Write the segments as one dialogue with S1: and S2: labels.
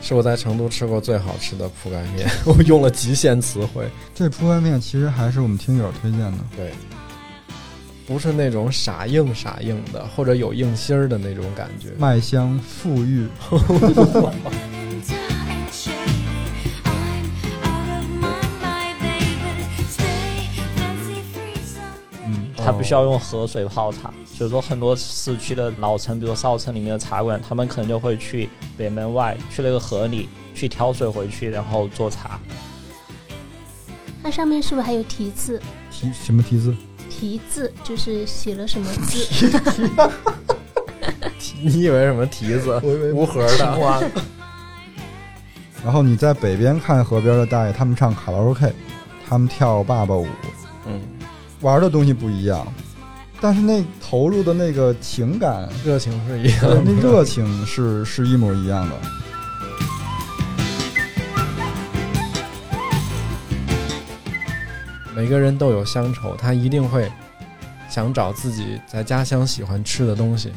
S1: 是我在成都吃过最好吃的铺盖面， 我用了极限词汇，
S2: 这铺盖面其实还是我们听友推荐的，
S1: 对，不是那种傻硬傻硬的，或者有硬心儿的那种感觉。
S2: 麦香馥郁。
S3: 嗯，它必须要用河水泡茶，所以说很多市区的老城，比如少城里面的茶馆，他们可能就会去北门外，去那个河里去挑水回去，然后做茶。
S4: 它上面是不是还有题字？
S2: 题什么题字？
S4: 题字就是写了什么字？
S1: 你以为什么蹄子？
S2: 我以为
S1: 无核的。
S3: 哇，
S2: 然后你在北边看河边的大爷，他们唱卡拉 OK，他们跳爸爸舞，
S1: 嗯，
S2: 玩的东西不一样，但是那投入的那个情感，
S1: 热情是一样的。
S2: 那热情是是一模一样的。
S1: 每个人都有乡愁，他一定会想找自己在家乡喜欢吃的东西。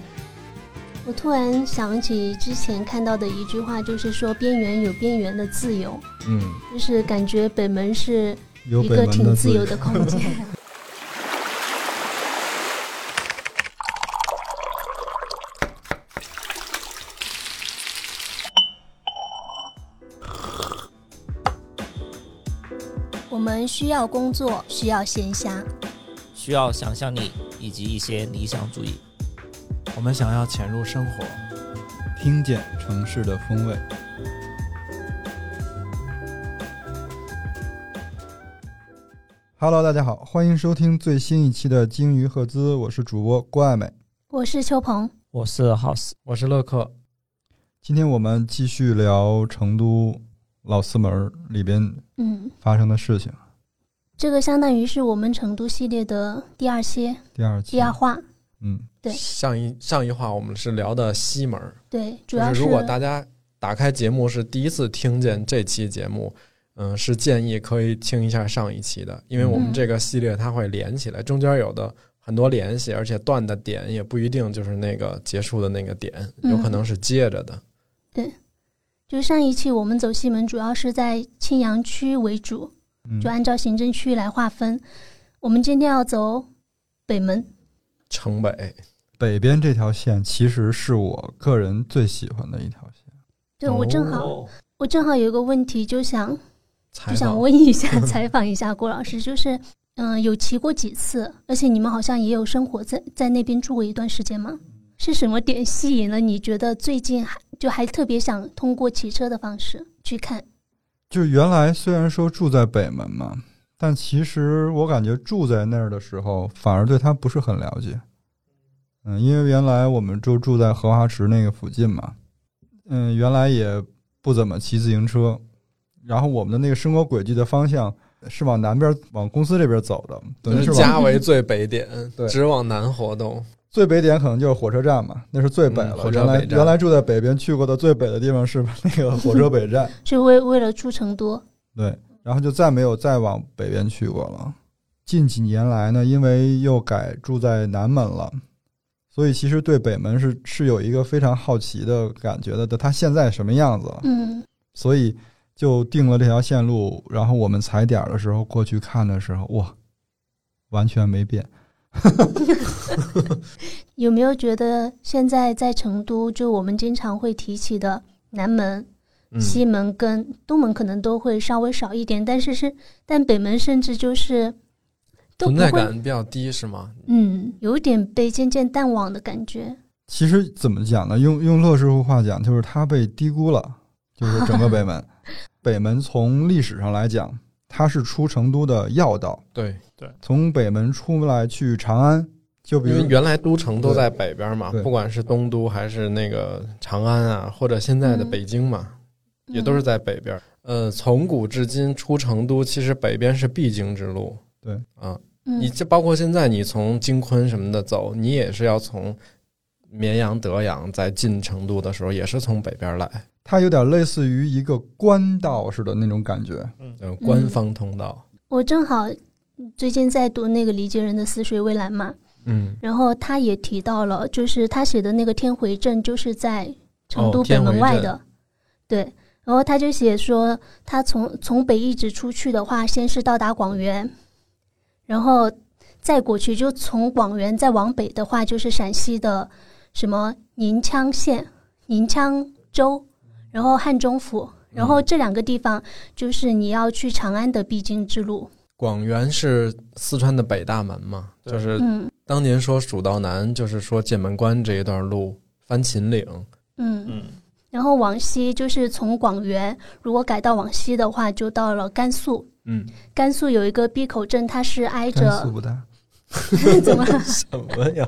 S4: 我突然想起之前看到的一句话，就是说边缘有边缘的自由，
S1: 嗯，
S4: 就是感觉北门是
S2: 有
S4: 一
S2: 北
S4: 个
S2: 门
S4: 挺
S2: 的
S4: 自
S2: 自
S4: 由
S2: 由，
S4: 的空间。 我们需要工作，需要闲暇，
S3: 需要想象力以及一些理想主义。
S1: 我们想要潜入生活，
S2: 听见城市的风味。Hello，大家好，欢迎收听最新一期的《鲸鱼赫兹》，我是主播郭爱美。
S4: 我是秋鹏。
S3: 我是 House，
S1: 我是乐克。
S2: 今天我们继续聊成都老四门儿里边
S4: 嗯，
S2: 发生的事情。
S4: 这个相当于是我们成都系列的第二些
S2: 第二期，
S4: 第二话。
S2: 嗯，
S4: 对
S1: 上一上一话我们是聊的西门儿，
S4: 对，
S1: 就
S4: 主要
S1: 是
S4: 是
S1: 如果大家打开节目是第一次听见这期节目，嗯，是建议可以听一下上一期的，因为我们
S4: 嗯
S1: 这个系列它会连起来，中间有的很多联系，而且断的点也不一定就是那个结束的那个点，
S4: 嗯
S1: 有可能是接着的。
S4: 就上一期我们走西门，主要是在青羊区为主，
S2: 嗯
S4: 就按照行政区来划分。我们今天要走北门，
S1: 城北，
S2: 北边这条线其实是我个人最喜欢的一条线。
S4: 对我正好、
S3: 哦，
S4: 我正好有一个问题，就想
S1: 采
S4: 就想
S1: 访
S4: 问一下 采访一下郭老师，就是嗯、有骑过几次？而且你们好像也有生活在在那边住过一段时间吗？是什么点吸引了你？觉得最近还就还特别想通过骑车的方式去看？
S2: 就原来虽然说住在北门嘛，但其实我感觉住在那儿的时候，反而对它不是很了解。嗯，因为原来我们就住在荷花池那个附近嘛，嗯，原来也不怎么骑自行车，然后我们的那个生活轨迹的方向是往南边，往公司这边走的，等于
S1: 就是是
S2: 往
S1: 嗯家为最北点，
S2: 对
S1: 只往南活动。
S2: 最北点可能就是火车站嘛，那是最北了。
S1: 嗯火车
S2: 原来
S1: 北站
S2: 原来住在北边去过的最北的地方是 那个火车北站，
S4: 是为为了出成
S1: 啊
S4: 都？
S2: 对，然后就再没有再往北边去过了。近几年来呢，因为又改住在南门了，所以其实对北门是是有一个非常好奇的感觉的，它现在什么样子了？
S4: 嗯，
S2: 所以就定了这条线路，然后我们踩点儿的时候过去看的时候，哇，完全没变。
S4: 有没有觉得现在在成都，就我们经常会提起的南门、
S1: 嗯，
S4: 西门跟东门，可能都会稍微少一点，但是是但北门甚至就是都
S1: 存
S4: 不
S1: 在
S4: 会，
S1: 感比较低是吗？
S4: 嗯，有点被渐渐淡忘的感觉。
S2: 其实怎么讲呢？用用乐师傅话讲，就是它被低估了，就是整个北门。 北门从历史上来讲，它是出成都的要道。
S1: 对，
S2: 从北门出来去长安，就比
S1: 因为
S2: 如
S1: 原来都城都在北边嘛
S2: 对，
S1: 不管是东都还是那个长安啊，或者现在
S4: 嗯
S1: 的北京嘛，也都是在北边。呃，从古至今出成都，其实北边是必经之路。
S2: 对
S1: 啊，
S4: 嗯，
S1: 你
S4: 嗯
S1: 就包括现在你从京昆什么的走，你也是要从绵阳、德阳再进成都的时候，也是从北边来，
S2: 它有点类似于一个官道似的那种感觉。
S1: 嗯，官方通道。
S4: 我正好最近在读那个李杰仁的《似水微澜》嘛，
S1: 嗯，
S4: 然后他也提到了，就是他写的那个天回镇，就是在成
S1: 哦
S4: 都北
S1: 天回
S4: 门外
S1: 镇
S4: 的，对。然后他就写说，他从从北一直出去的话，先是到达广元，然后再过去就从广元再往北的话，就是陕西的什么宁羌县、宁羌州，然后汉中府，然
S1: 嗯
S4: 后这两个地方就是你要去长安的必经之路。
S1: 广元是四川的北大门嘛，
S3: 对
S1: 就是
S4: 嗯
S1: 当年说蜀道难，就是说剑门关这一段路，翻秦岭，
S4: 嗯
S3: 嗯，
S4: 然后往西就是从广元，如果改到往西的话，就到了甘肃。
S1: 嗯，
S4: 甘肃有一个闭口镇，它是挨
S2: 甘肃
S4: 着
S2: 不大，
S4: 怎么？
S1: 什么呀？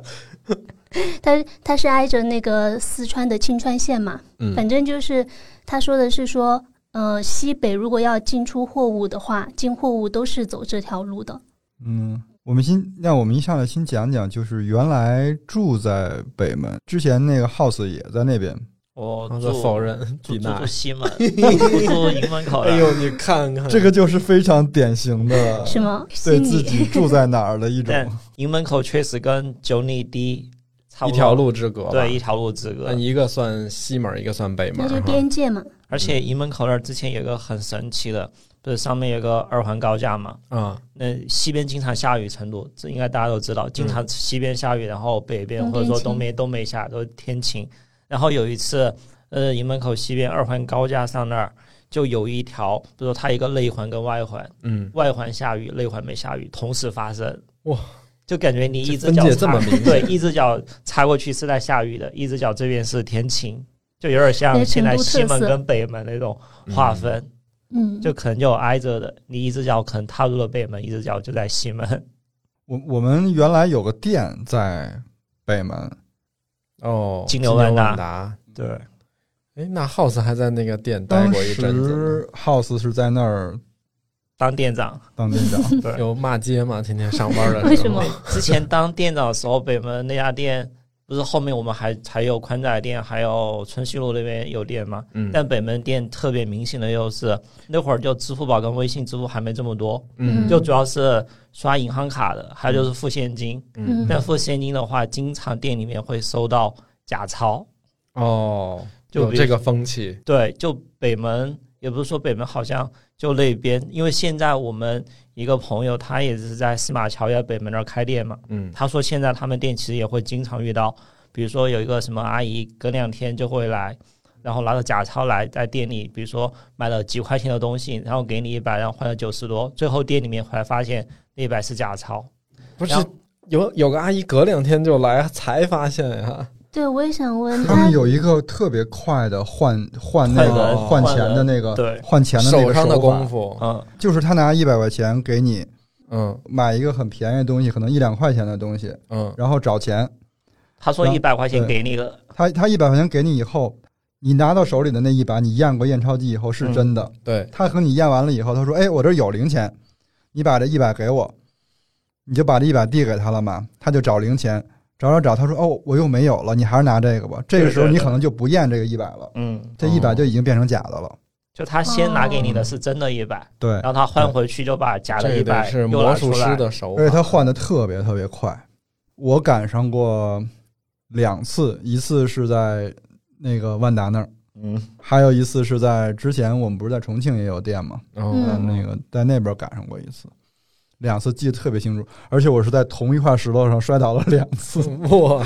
S4: 它它是挨着那个四川的青川县嘛。
S1: 嗯
S4: 反正就是他说的是说，呃，西北如果要进出货物的话，进货物都是走这条路的。
S2: 嗯，我们先，那我们一上来先讲讲，就是原来住在北门，之前那个 house 也在那边，
S1: 嗯
S3: 我
S1: 他
S3: 住
S1: 否认
S3: 住
S1: 避
S3: 住
S1: 难
S3: 住。西 门，我住营门口
S1: 哎
S3: 呀。
S1: 呦，你看看
S2: 这个就是非常典型的
S4: 是吗？
S2: 对啊
S4: 心
S2: 自
S4: 里
S2: 己住在哪儿的 一种。
S3: 但营门口确实跟九里堤差不
S1: 一
S3: 多，
S1: 条路之隔吧，
S3: 对一条路之隔
S1: 但。一个算西门，一个算北
S4: 那
S1: 门，
S4: 就
S1: 哈
S4: 边界嘛。
S3: 而且营门口那儿之前有一个很神奇的，不是上面有个二环高架嘛？
S1: 啊，
S3: 那西边经常下雨，成都这应该大家都知道，
S1: 嗯
S3: 经常西边下雨，然后北边
S4: 东
S3: 或者说
S4: 边晴
S3: 东边都没下，都天晴。然后有一次，呃，营门口西边二环高架上那儿就有一条，比如说它一个内环跟外环，
S1: 嗯，
S3: 外环下雨，内环没下雨，同时发生。
S1: 哇！
S3: 就感觉你
S1: 这
S3: 一只
S1: 分
S3: 脚
S1: 界这
S3: 插
S1: 么明显
S3: 对，一只脚插过去是在下雨的，一只脚这边是天晴，就有点像
S4: 哎
S3: 现在
S4: 成都
S3: 西
S4: 特
S3: 门
S4: 色
S3: 跟北门那种
S1: 嗯
S3: 划分，
S4: 嗯，
S3: 就可能就挨着的。你一只脚可能踏入了北门，一只脚就在西 门。
S2: 我我们原来有个店在北门，
S1: 哦，金
S3: 金牛
S1: 牛
S3: 万达
S1: 达，
S3: 对，
S1: 哎，那 House 还在那个店待
S2: 当
S1: 过一阵子
S2: 时 house 是在那儿
S3: 当店长，
S2: 当店长，
S1: 呢，有骂街嘛，天天上班的时候
S4: 为什么？
S3: 之前当店长的时候，北门那家店不是后面我们还还有宽窄店，还有春熙路那边有店吗？
S1: 嗯
S3: 但北门店特别明显的优势，那会儿就支付宝跟微信支付还没这么多，
S1: 嗯，
S3: 就主要是刷银行卡的，还有就是付现金。
S1: 嗯
S4: 嗯
S3: 但付现金的话，经常店里面会收到假钞。
S1: 哦，
S3: 就
S1: 有
S3: 比
S1: 这个风气，
S3: 对，就北门，也不是说北门，好像就那边，因为现在我们一个朋友他也是在司马桥要北门那儿开店嘛，
S1: 嗯
S3: 他说现在他们店其实也会经常遇到，比如说有一个什么阿姨，隔两天就会来，然后拿着假钞来在店里，比如说买了几块钱的东西，然后给你一百，然后换了九十多，最后店里面回来发现那一百是假钞。
S1: 不是
S3: 然后
S1: 有有个阿姨隔两天就来，才发现呀，
S4: 对，我也想问
S2: 他们
S4: 那
S2: 有一个特别快的换换那
S3: 换
S2: 个
S3: 人
S2: 换钱的那个
S3: 换人对
S2: 换钱的那
S1: 手
S2: 个
S1: 上的
S2: 手
S1: 功
S2: 法，
S1: 夫，
S3: 嗯，
S2: 就是他拿一百块钱给你
S1: 嗯
S2: 买一个很便宜的东西，可能一两块钱的东西，
S1: 嗯，
S2: 然后找钱。
S3: 他说
S2: 然
S3: 一
S2: 后
S3: 百块钱
S2: 对
S3: 给你个，
S2: 他他一百块钱给你以后，你拿到手里的那一把，你验过验钞机以后
S3: 嗯
S2: 是真的。
S1: 对，
S2: 他和你验完了以后，他说：“哎，我这儿有零钱，你把这一百给我。”你就把这一百递给他了嘛，他就找零钱，找找找，他说：“哦，我又没有了，你还是拿这个吧。”这个时候
S3: 对对
S2: 你
S3: 对
S2: 可能就不验这个一百了，
S3: 嗯，
S2: 这一百就已经变成假的了。
S3: 就他先拿给你的是真的一百。
S2: 对
S3: 然，后他换回去就把假的
S1: 这
S3: 一
S1: 得
S3: 百
S1: 是
S3: 又
S1: 魔
S3: 拿
S1: 术
S3: 出
S1: 师
S3: 来。
S1: 的手
S2: 而且
S1: 法，
S2: 他换的特别特别快，我赶上过两次，一次是在那个万达那儿，
S3: 嗯，
S2: 还有一次是在之前我们不是在重庆也有店嘛，在
S1: 嗯
S4: 嗯
S2: 那个在那边赶上过一次，两次记得特别清楚，而且我是在同一块石头上摔倒了两次。
S1: 嗯
S4: 嗯
S1: 哇，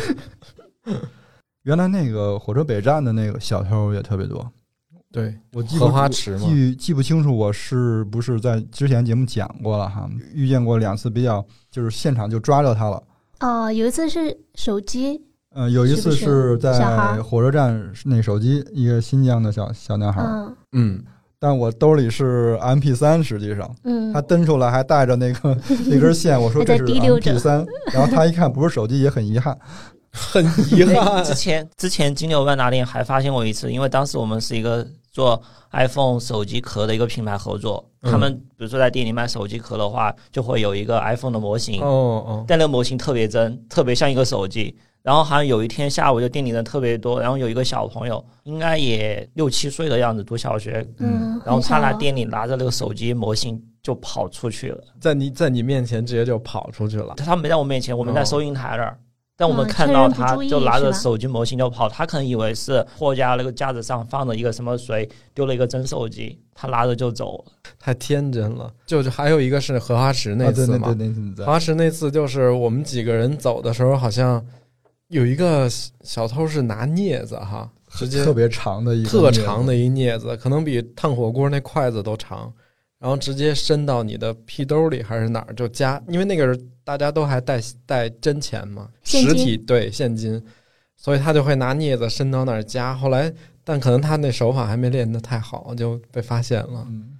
S2: 原来那个火车北站的那个小偷也特别多，
S1: 对，
S2: 我记不
S1: 荷花池嘛，
S2: 记记不清楚我是不是在之前节目讲过了哈，遇见过两次比较就是现场就抓着他了。
S4: 哦，有一次是手机，
S2: 嗯，有一次
S4: 是不
S2: 是
S4: 是小
S2: 在
S4: 孩儿
S2: 火车站那手机，一个新疆的小小男孩儿，
S4: 嗯
S1: 嗯，
S2: 但我兜里是 MP 三，实际上
S4: 嗯
S2: 他，蹬出来还带着那 个那根线，我说
S4: 还
S2: 这
S4: 在
S2: 是
S4: 提溜着
S2: MP 三，然后他一看不是手机，也很遗憾。
S1: 很遗憾
S3: 之，前之前金牛万达店还发现过一次，因为当时我们是一个做 iPhone 手机壳的一个品牌合作，
S1: 嗯
S3: 他们比如说在店里卖手机壳的话，就会 有一个 iPhone 的模型，
S1: 哦哦，
S3: 但那个模型特别真，特别像一个手机。然后好像有一天下午，就店里人特别多，然后有一个小朋友，应该也六七岁的样子，读小学，
S4: 嗯，
S3: 然后他来
S4: 来
S3: 店里拿着那个手机模型就跑出去了。
S1: 在你在你面前直接就跑出去了。
S3: 他没在我面前，我们在
S1: 哦
S3: 收银台那儿。但我们
S4: 嗯
S3: 看
S4: 趁
S3: 到
S4: 人不
S3: 他
S4: 注
S3: 就
S4: 意
S3: 拿
S4: 是
S3: 着
S4: 吧
S3: 手机模型就跑，他可能以为是货架那个架子上放着一个什么水，丢了一个真手机，他拿着就走了。
S1: 太天真了。就就还有一个是荷花池那
S2: 啊对
S1: 次
S2: 对
S1: 嘛，
S2: 对，那次你在
S1: 华石那次就是我们几个人走的时候，好像有一个小小偷是拿镊子哈，直接
S2: 特别长的一个
S1: 特长
S2: 镊
S1: 的
S2: 子
S1: 一镊子，可能比烫火锅那筷子都长，然后直接伸到你的屁兜里还是哪儿就夹，因为那个大家都还带带真钱嘛，
S4: 现
S1: 实
S4: 金
S1: 体对现金，所以他就会拿镊子伸到那儿夹。后来，但可能他那手法还没练得太好，就被发现了。
S2: 嗯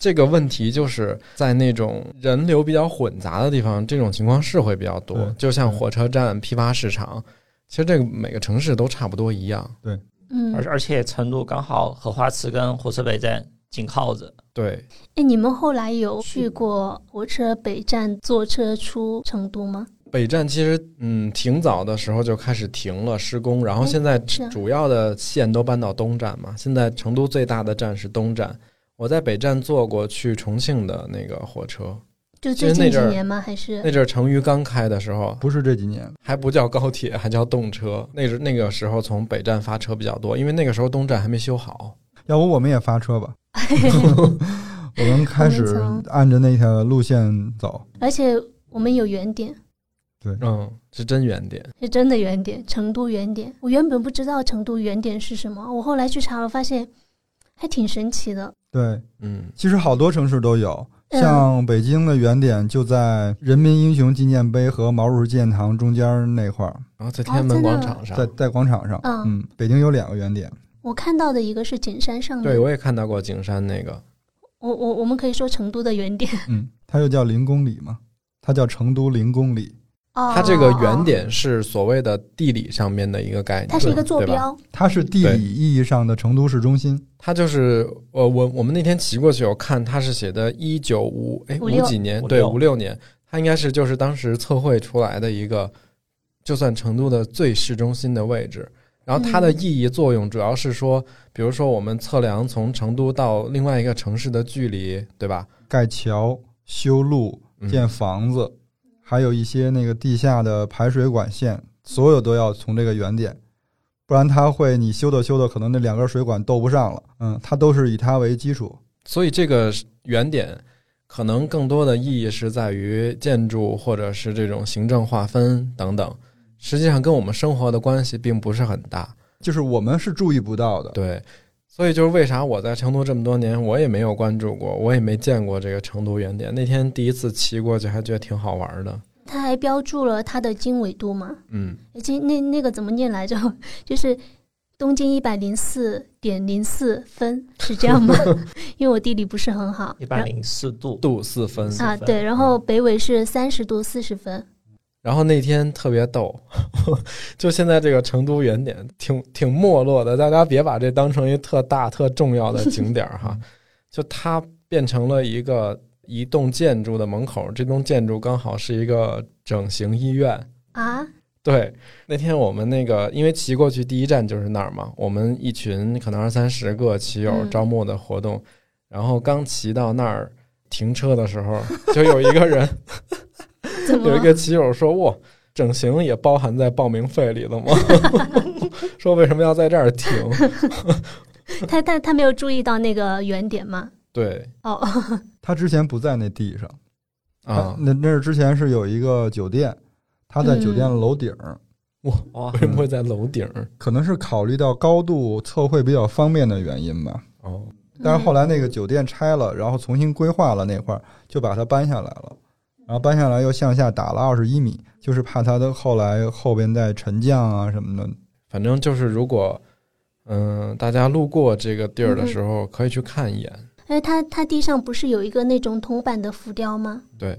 S1: 这个问题就是在那种人流比较混杂的地方，这种情况是会比较多
S2: 对。
S1: 就像火车站、批发市场，其实这个每个城市都差不多一样。
S4: 嗯
S3: 而，而且成都刚好荷花池跟火车北站紧靠着，
S1: 对，
S4: 哎，你们后来有去过火车北站坐车出成都吗？
S1: 北站其实嗯挺早的时候就开始停了施工，然后现在
S4: 是啊
S1: 主要的线都搬到东站嘛。现在成都最大的站是东站。我在北站坐过去重庆的那个火车，
S4: 就
S1: 其
S4: 最
S1: 实那
S4: 近几
S1: 阵儿哎
S4: 年吗？还是
S1: 那阵儿成渝刚开的时候，
S2: 不是这几年，
S1: 还不叫高铁，还叫动车。那时那个时候从北站发车比较多，因为那个时候东站还没修好。
S2: 要不我们也发 车吧？我们开始
S4: 我们
S2: 按着那条路线走，
S4: 而且我们有原点，
S1: 嗯，是真原点。
S4: 是真的原点，成都原点。我原本不知道成都原点是什么，我后来去查了，发现还挺神奇的。
S2: 对，
S1: 嗯，
S2: 其实好多城市都有，
S4: 嗯
S2: 像北京的原点就在人民英雄纪念碑和毛主席纪念堂中间那块儿，
S1: 然后在天安门
S4: 哦真的
S1: 广场上，
S2: 在在广场上。
S4: 嗯
S2: 嗯，北京有两个原 点，
S4: 我看到的一个是景山上
S1: 对
S4: 面，
S1: 我也看到过景山那
S4: 哦
S1: 个。
S4: 我我我们可以说成都的原点。
S2: 嗯，它又叫零公里嘛，它叫成都零公里。
S4: 哦，
S1: 它这个原
S4: 哦，
S1: 点是所谓的地理上面的一个概念，
S4: 它是一个坐
S1: 对吧。
S4: 标，
S2: 它是地
S1: 对
S2: 理意义上的成都市中心，
S1: 它就是呃，我我们那天骑过去，我看它是写的一九五哎
S4: 56
S1: 几年，
S3: 56
S1: 对五六年，它应该是就是当时测绘出来的一个，就算成都的最市中心的位置。然后它的
S4: 嗯
S1: 意义作用主要是说，比如说我们测量从成都到另外一个城市的距离，对吧？
S2: 盖桥、修路、
S1: 嗯
S2: 建房子，还有一些那个地下的排水管线，所有都要从这个原点，不然它会你修的修的，可能那两根水管斗不上了。嗯，它都是以它为基础。
S1: 所以这个原点可能更多的意义是在于建筑或者是这种行政划分等等，实际上跟我们生活的关系并不是很大。
S2: 就是我们是注意不到的，
S1: 对，所以就是为啥我在成都这么多年，我也没有关注过，我也没见过这个成都原点。那天第一次骑过去，还觉得挺好玩的。
S4: 它还标注了它的经纬度嘛。
S1: 嗯，
S4: 哎这那那个怎么念来着？ 就是东经一百零四点零四分，是 这样吗？因为我地理不是很好。
S3: 一百零四度。
S1: 度四分。
S4: 然后啊，对，然后北纬是三十度四十分，
S1: 然后那天特别逗， 就现在这个成都原点挺挺没落的，大家别把这当成一特大特重要的景点儿哈，就它变成了一个一栋建筑的门口，这栋建筑刚好是一个整形医院。
S4: 啊，
S1: 对，那天我们那个因为骑过去第一站就是那儿嘛，我们一群可能二三十个骑友
S4: 嗯
S1: 招募的活动，然后刚骑到那儿停车的时 候，就有一个人
S4: 怎么
S1: 有一
S4: 了？
S1: 个骑友说：“哇，整形也包含在报名费里了吗？” 说为什么要在这儿停？
S4: 他他他没有注意到那个原点吗？
S1: 对
S4: 哦，
S2: 它之前不在那地上，它
S1: 啊，
S2: 那那是之前是有一个酒店，它在酒
S4: 嗯
S2: 店楼顶儿。
S3: 哇
S1: 为，什么会在楼顶？
S2: 可能是考虑到高度测绘比较方便的原因吧，
S4: 嗯
S1: 哦，
S2: 但是后来那个酒店拆了，然后重新规划了那块儿，就把它搬下来了。然后搬下来又向下打了二十一米，就是怕它的后来后边再沉降啊什么的。
S1: 反正就是如果嗯、大家路过这个地儿
S4: 嗯
S1: 的时候，可以去看一眼。
S4: 哎，它它地上不是有一个那种铜板的浮雕吗？
S1: 对，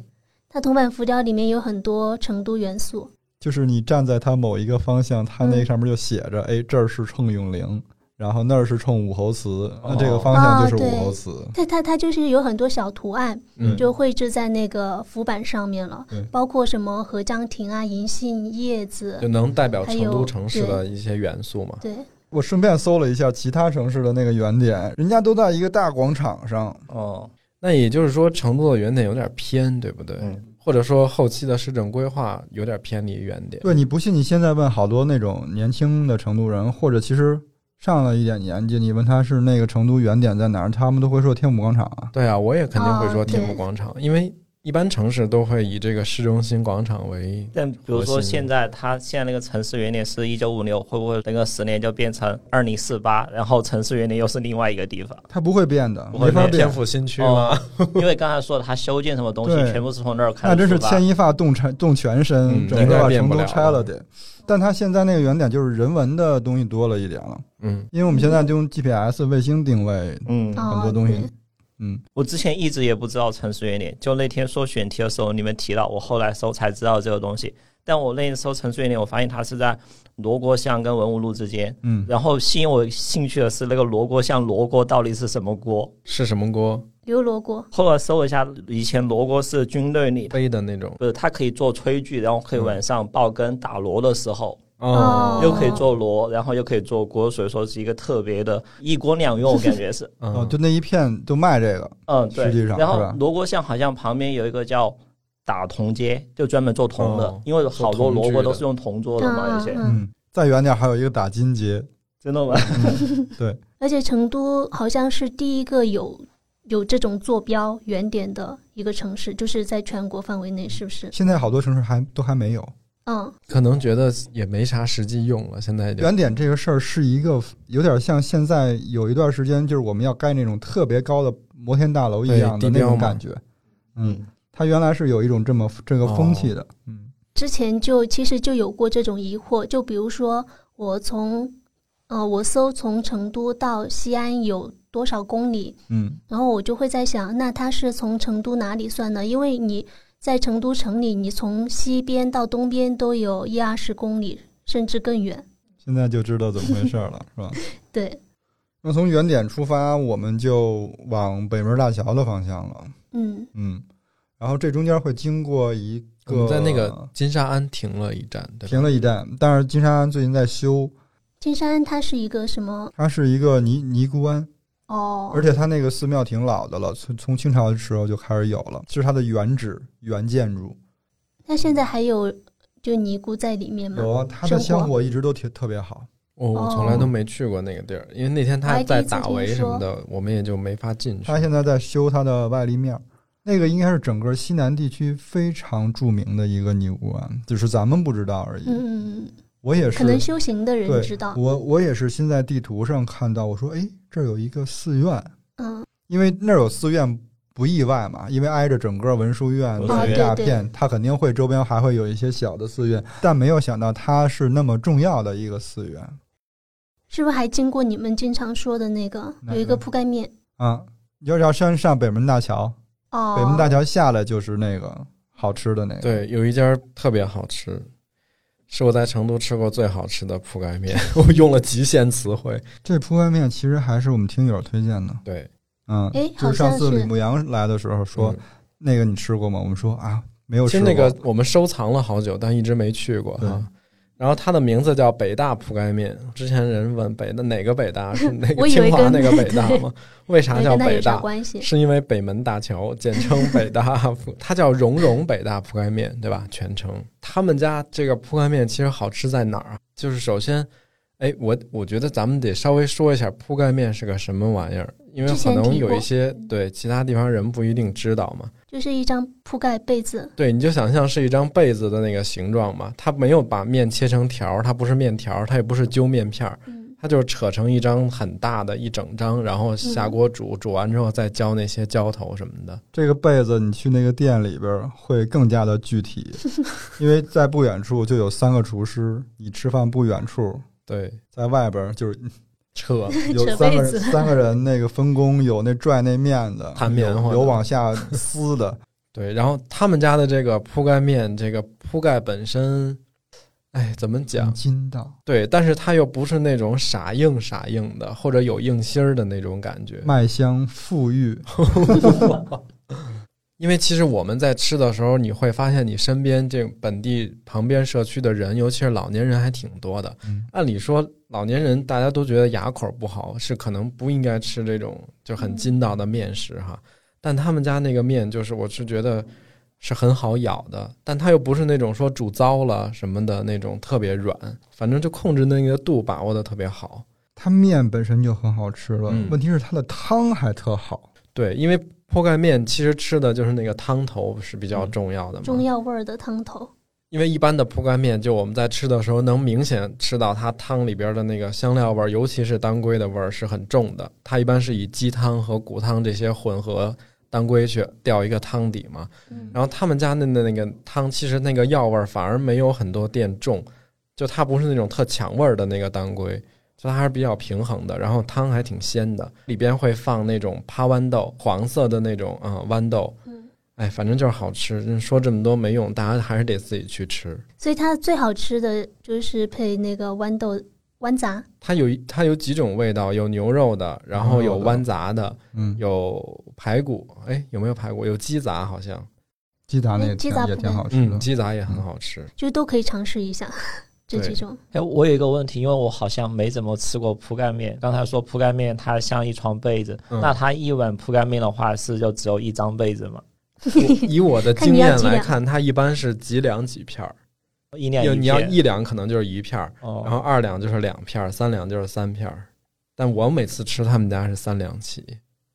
S4: 它铜板浮雕里面有很多成都元素，
S2: 就是你站在它某一个方向，它那
S4: 嗯
S2: 上面就写着，哎，这儿是冲永陵，然后那儿是冲武侯祠，那
S3: 哦
S2: 这个方向就
S4: 哦
S2: 是武
S4: 对
S2: 侯祠。
S4: 它它它就是有很多小图案，
S1: 嗯，
S4: 就绘制在那个浮板上面了
S2: 对，
S4: 包括什么合江亭啊、银杏叶
S1: 就
S4: 子，
S1: 能代表
S4: 还
S1: 成
S4: 有
S1: 都城市的一些元素嘛。
S4: 对，
S2: 我顺便搜了一下其他城市的那个原点，人家都在一个大广场上，
S3: 哦，
S1: 那也就是说，成都的原点有点偏，对不对？
S3: 嗯
S1: 或者说后期的市政规划有点偏离原点。
S2: 对，你不信？你现在问好多那种年轻的成都人，或者其实上了一点年纪，你问他是那个成都原点在哪儿，他们都会说天母广场啊。
S1: 对啊，我也肯定会说
S4: 哦
S1: 天
S4: 对
S1: 母广场，因为一般城市都会以这个市中心广场为
S3: 但比如
S1: 核
S3: 说
S1: 心
S3: 现在它现在那个城市原点是一九五六，会不会等个十年就变成二零四八？然后城市原点又是另外一个地方？
S2: 他不会变的，
S3: 不会
S2: 没法
S3: 变
S2: 变
S1: 天。府新区吗？
S3: 哦，因为刚才说的它修建什么东西，
S2: 对
S3: 全部是从那儿开始
S2: 那真是
S3: 出发
S2: 牵一发动全动全身，
S1: 嗯
S2: 整
S1: 应
S2: 个
S1: 该
S2: 把
S1: 变
S2: 成
S1: 不
S2: 都
S1: 了
S2: 拆了
S1: 了
S2: 得。但他现在那个原点就是人文的东西多了一点了，
S1: 嗯，
S2: 因为我们现在就用 GPS 卫星定位
S3: 嗯，
S2: 很多东西
S4: 哦对。
S2: 嗯，
S3: 我之前一直也不知道城市原点，就那天说选题的时候你们提到，我后来搜才知道这个东西。但我那时候城市原点，我发现它是在罗锅巷跟文物路之间。
S2: 嗯
S3: 然后吸引我兴趣的是那个罗锅巷，罗锅到底是什么锅？
S1: 是什么锅
S4: 刘罗锅，
S3: 后来搜了一下，以前罗锅是军队里的，
S1: 背的那种？
S3: 不是它可以做炊具，然后可以晚上爆羹打锣的时候，
S4: 哦
S3: 又可以做锣，然后又可以做锅，所以说是一个特别的一锅两用，我感觉是。
S2: 哦
S1: 哦，
S2: 就那一片都卖这个，
S3: 嗯，对。
S2: 实际上是
S3: 然后
S2: 吧
S3: 罗锅巷好像旁边有一个叫打铜街，就专门做铜的，
S1: 哦
S3: 因为好
S1: 做
S3: 多
S1: 铜
S3: 罗
S1: 具
S3: 锅都
S1: 的
S3: 是用铜做的嘛，有
S4: 嗯
S3: 些
S4: 嗯，
S2: 嗯，再远点还有一个打金街，
S3: 真的吗？
S4: 而且成都好像是第一个有有这种坐标原点的一个城市，就是在全国范围内，是不是？
S2: 现在好多城市还都还没有
S4: 嗯，
S1: 可能觉得也没啥实际用了，现在就
S2: 原点这个事儿是一个有点像现在有一段时间就是我们要盖那种特别高的摩天大楼一
S1: 对
S2: 样的
S1: 地
S2: 那
S1: 标
S2: 种
S1: 嘛
S2: 感觉，嗯，它原来是有一种这么这个风气
S1: 哦
S2: 的，嗯
S4: 之前就其实就有过这种疑惑，就比如说我从呃我搜从成都到西安有多少公里，
S2: 嗯，
S4: 然后我就会在想，那它是从成都哪里算呢？因为你在成都城里，你从西边到东边都有一二十公里，甚至更远。
S2: 现在就知道怎么回事儿了，是吧？
S4: 对，
S2: 那从原点出发，我们就往北门大桥的方向了，
S4: 嗯，
S2: 嗯，然后这中间会经过一
S1: 我们
S2: 个
S1: 在那个金沙庵停了一站，对吧？
S2: 停了一站，但是金山安最近在修，
S4: 金山它是一个什么？
S2: 它是一个尼尼姑庵，
S4: 哦，
S2: 而且它那个寺庙挺老的了，从从清朝的时候就开始有了，是它的原址原建筑。
S4: 那现在还有就尼姑在里面吗？
S2: 有啊，它的
S4: 生
S2: 香
S4: 活
S2: 火一直都挺特别好。
S1: 我哦我从来都没去过那个地儿，因为那天
S4: 哦我
S1: 他
S4: 还第一
S1: 在
S4: 次
S1: 打
S4: 听
S1: 围什么的，我们也就没法进去
S2: 它。现在在修它的外立面儿，那个应该是整个西南地区非常著名的一个尼姑庵，只是咱们不知道而已。
S4: 嗯，嗯
S2: 我也
S4: 嗯，
S2: 是，
S4: 可能修行的人
S2: 对
S4: 知道。
S2: 我我也是先在地图上看到，我说哎，这儿有一个寺院，
S4: 嗯，
S2: 因为那儿有寺院不意外嘛，因为挨着整个文殊院
S3: 文殊
S2: 那一
S3: 院
S2: 大
S4: 哦对对
S2: 片，它肯定会周边还会有一些小的寺院，但没有想到它是那么重要的一个寺院
S4: 是不是还经过你们经常说的那个
S2: 哪
S4: 有
S2: 个
S4: 一个铺盖面？
S2: 啊！要要山上北门大桥，
S4: 哦，
S2: 北门大桥下来就是那个好吃的那个，
S1: 对，有一家特别好吃，是我在成都吃过最好吃的铺盖面， 我用了极限词汇。
S2: 这铺盖面其实还是我们听友推荐的，
S1: 对，
S2: 嗯
S4: 哎，
S2: 就是
S4: 好
S2: 上
S4: 像
S2: 次
S4: 是
S2: 李牧阳来的时候说、
S1: 嗯
S2: 那个你吃过吗？我们说啊没有
S1: 其
S2: 吃
S1: 实
S2: 过，
S1: 那个啊我们收藏了好久，但一直没去过
S2: 对
S1: 哈。然后它的名字叫北大铺盖面。之前人问北的哪个北大 是那个
S4: 我以为
S1: 清华
S4: 跟
S1: 那个北大吗？为啥
S4: 没
S1: 叫
S4: 跟它
S1: 北
S4: 有啥
S1: 大？
S4: 关系？
S1: 是因为北门大 桥，简称北大铺，它叫蓉蓉北大铺盖面，对吧？全称。他们家这个铺盖面其实好吃在哪儿啊？就是首先，哎，我我觉得咱们得稍微说一下铺盖面是个什么玩意儿，因为
S4: 之
S1: 可
S4: 前
S1: 能
S4: 提
S1: 有
S4: 过
S1: 一些对其他地方人不一定知道嘛。
S4: 就是一张铺盖被子。
S1: 对，你就想象是一张被子的那个形状嘛，它没有把面切成条儿，它不是面条儿，它也不是揪面片儿，
S4: 嗯，
S1: 它就是扯成一张很大的一整张，然后
S4: 嗯
S1: 下锅煮，煮完之后再浇那些浇头什么的。
S2: 这个被子你去那个店里边儿会更加的具 体，因为在不远处就有三个厨师，你吃饭不远处，
S1: 对，
S2: 在外边儿就是
S1: 扯
S2: 有
S4: 扯
S2: 三个
S4: 被子
S2: 人，三个人那个分工，有那拽那面的，
S1: 弹棉花的
S2: 有往下撕的，
S1: 对，然后他们家的这个铺盖面，这个铺盖本身，哎，怎么讲？
S2: 筋道
S1: 对，但是它又不是那种傻硬傻硬的，或者有硬芯儿的那种感觉。
S2: 麦香馥郁，
S1: 因为其实我们在吃的时候，你会发现你身边这本地旁边社区的人，尤其是老年人还挺多的。
S2: 嗯
S1: 按理说，老年人大家都觉得牙口不好，是可能不应该吃这种就很筋道的面食哈。但他们家那个面，就是我是觉得是很好咬的，但它又不是那种说煮糟了什么的那种特别软，反正就控制那个度把握的特别好。
S2: 它面本身就很好吃了，
S1: 嗯
S2: 问题是它的汤还特好。
S1: 对，因为铺盖面其实吃的就是那个汤头是比较重要的嘛。
S4: 中药味儿的汤头，
S1: 因为一般的铺盖面，就我们在吃的时候能明显吃到它汤里边的那个香料味儿，尤其是当归的味儿是很重的。它一般是以鸡汤和骨汤这些混合当归去调一个汤底嘛。
S4: 嗯，
S1: 然后他们家的那那个汤，其实那个药味儿反而没有很多店重，就它不是那种特强味儿的那个当归，就它还是比较平衡的。然后汤还挺鲜的，里边会放那种趴豌豆，黄色的那种啊、豌豆。
S4: 嗯，
S1: 哎，反正就是好吃。嗯说这么多没用，大家还是得自己去吃。
S4: 所以它最好吃的就是配那个豌豆豌杂，
S1: 它有一它有几种味道，有牛肉的，然后有豌杂的，
S2: 嗯，
S1: 有排骨，哎，有没有排骨？有鸡杂好像，
S2: 鸡杂那也
S4: 嗯鸡
S2: 挺
S4: 杂
S2: 也
S4: 不
S2: 挺
S4: 能
S2: 好吃的
S1: 嗯，。鸡杂也很好吃。
S4: 就都可以尝试一下 这
S1: 对
S4: 几种。
S3: 哎，我有一个问题，因为我好像没怎么吃过铺盖面。刚才说铺盖面它像一床被子，
S1: 嗯
S3: 那它一碗铺盖面的话是就只有一张被子吗？
S1: 我
S4: 嗯
S1: 以我的
S4: 看
S1: 经
S4: 你要
S1: 验
S4: 几
S1: 来
S4: 两
S1: 看，它一般是几两几片儿，
S3: 一两
S1: 要
S3: 一
S1: 你要
S3: 片
S1: 一两可能就是一片儿，
S3: 哦，
S1: 然后二两就是两片儿，三两就是三片儿。但我每次吃他们家是三两起，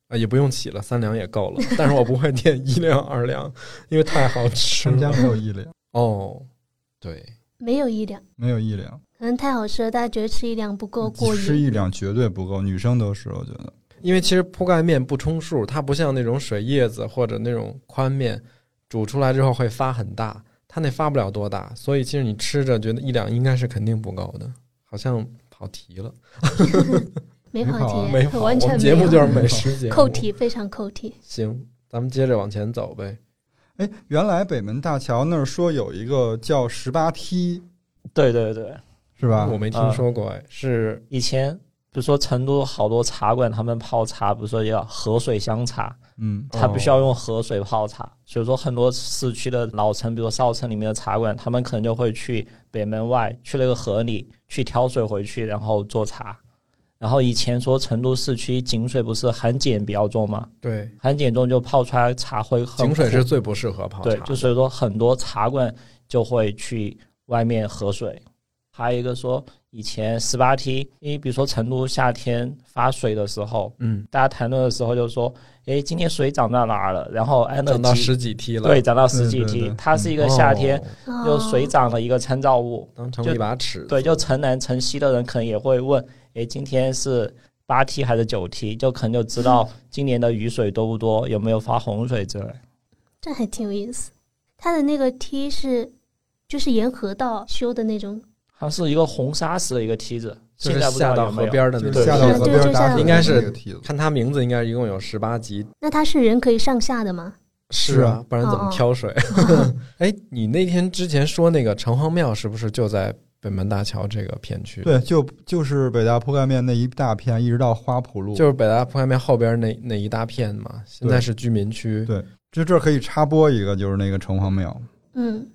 S1: 啊，也不用起了，三两也够了。但是我不会点一两二两，因为太好吃
S2: 他们家
S1: 了。
S2: 没有一两，
S1: 哦，对，
S4: 没有一两，
S2: 没有一两，
S4: 可能太好吃了，大家觉得吃一两不够过
S2: 吃
S4: 瘾。
S2: 一两绝对不够，女生都是我觉得。
S1: 因为其实铺盖面不充数，它不像那种水叶子或者那种宽面，煮出来之后会发很大，它那发不了多大，所以其实你吃着觉得一两应该是肯定不够 的，好像跑题了，
S4: 没
S2: 没
S4: 跑
S2: 跑啊
S4: 题，
S1: 没跑，
S4: 完
S1: 我
S4: 全
S1: 们
S4: 没
S1: 节目
S4: 有
S1: 就是美食 节目，
S4: 扣题，非常扣题。
S1: 行，咱们接着往前走呗。
S2: 哎，原来北门大桥那儿说有一个叫十八梯，
S3: 对对对，
S2: 是吧
S1: 我？没听
S3: 啊
S1: 说过，哎，是
S3: 以前比如说成都好多茶馆，他们泡茶，比如说要河水香茶，
S2: 嗯，
S3: 它必须
S1: 哦
S3: 要用河水泡茶，所以说很多市区的老城，比如少城里面的茶馆，他们可能就会去北门外，去那个河里去挑水回去，然后做茶。然后以前说成都市区井水不是含碱比较重吗？
S1: 对，
S3: 含碱重就泡出来茶会很
S1: 井水
S3: 苦
S1: 是最不适合泡茶的，
S3: 啊对，就所以说很多茶馆就会去外面喝水。还有一个说以前十八梯，因为比如说成都夏天发水的时候，
S1: 嗯，
S3: 大家谈论的时候就说，诶，今天水涨到哪儿了？然后安乐
S1: 涨到
S3: 集
S1: 十几梯了，
S3: 对，涨到十几
S2: 对对
S3: 梯
S2: 对，
S3: 它是一个夏天
S1: 哦
S4: 哦
S3: 就水涨的一个参照物。
S1: 当成
S3: 就
S1: 一把尺，
S3: 对，就城南城西的人可能也会问，诶，今天是八梯还是九梯？就可能就 知道今年的雨水多不多，有没有发洪水之类。
S4: 这还挺有意思。它的那个梯是就是沿河道修的那种，
S3: 它是一个红砂石的一个梯子，
S1: 就是
S3: 现在不知
S1: 下
S3: 道
S1: 到
S3: 有没嗯
S1: 河
S3: 有。
S1: 边的
S2: 就
S1: 那
S2: 是
S1: 个
S2: 下
S1: 梯
S2: 到
S1: 子
S2: 河
S4: 对就
S2: 边打
S4: 是这
S2: 水
S1: 样
S2: 的那个梯子。
S1: 看它名字应该一共有十八级，
S4: 那它是人可以上下的吗？
S1: 是啊，不然怎
S4: 哦
S1: 么
S4: 哦
S1: 挑水？ 哎，你那天之前说那个城隍庙是不是就在北门大桥这个片区？，
S2: 对，就就是北大铺盖面那一大片，一直到花圃路，
S1: 就是北大铺盖面后边那那一大片嘛，现在是居民区
S2: 对。就这儿可以插播一个，就是那个城隍庙。
S4: 嗯，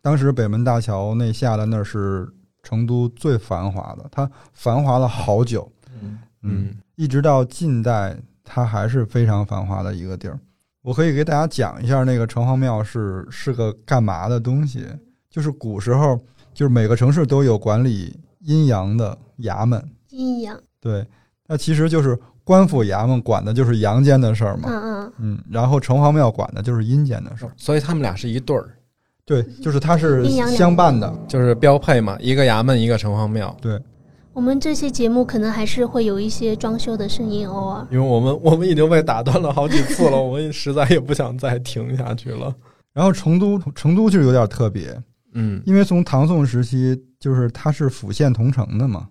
S2: 当时北门大桥那下的那儿是成都最繁华的，它繁华了好久，
S3: 嗯
S1: 嗯，
S2: 一直到近代，它还是非常繁华的一个地儿。我可以给大家讲一下那个城隍庙是是个干嘛的东西，就是古时候，就是每个城市都有管理阴阳的衙门，
S4: 阴阳，
S2: 对，那其实就是官府衙门管的就是阳间的事儿嘛，
S4: 嗯
S2: 嗯，然后城隍庙管的就是阴间的事儿，
S1: 所以他们俩是一对儿，
S2: 对，就是它是
S4: 阴阳两
S2: 相伴的，
S1: 就是标配嘛，一个衙门，一个城隍庙。
S4: 嗯，我们这期节目可能还是会有一些装修的声音，偶尔。
S1: 因为我们 我们已经被打断了好几次 了，我们实在也不想再停下去了。
S2: 然后成都，成都就有点特别，
S1: 嗯，
S2: 因为从唐宋时期，就是它是府县同城的嘛，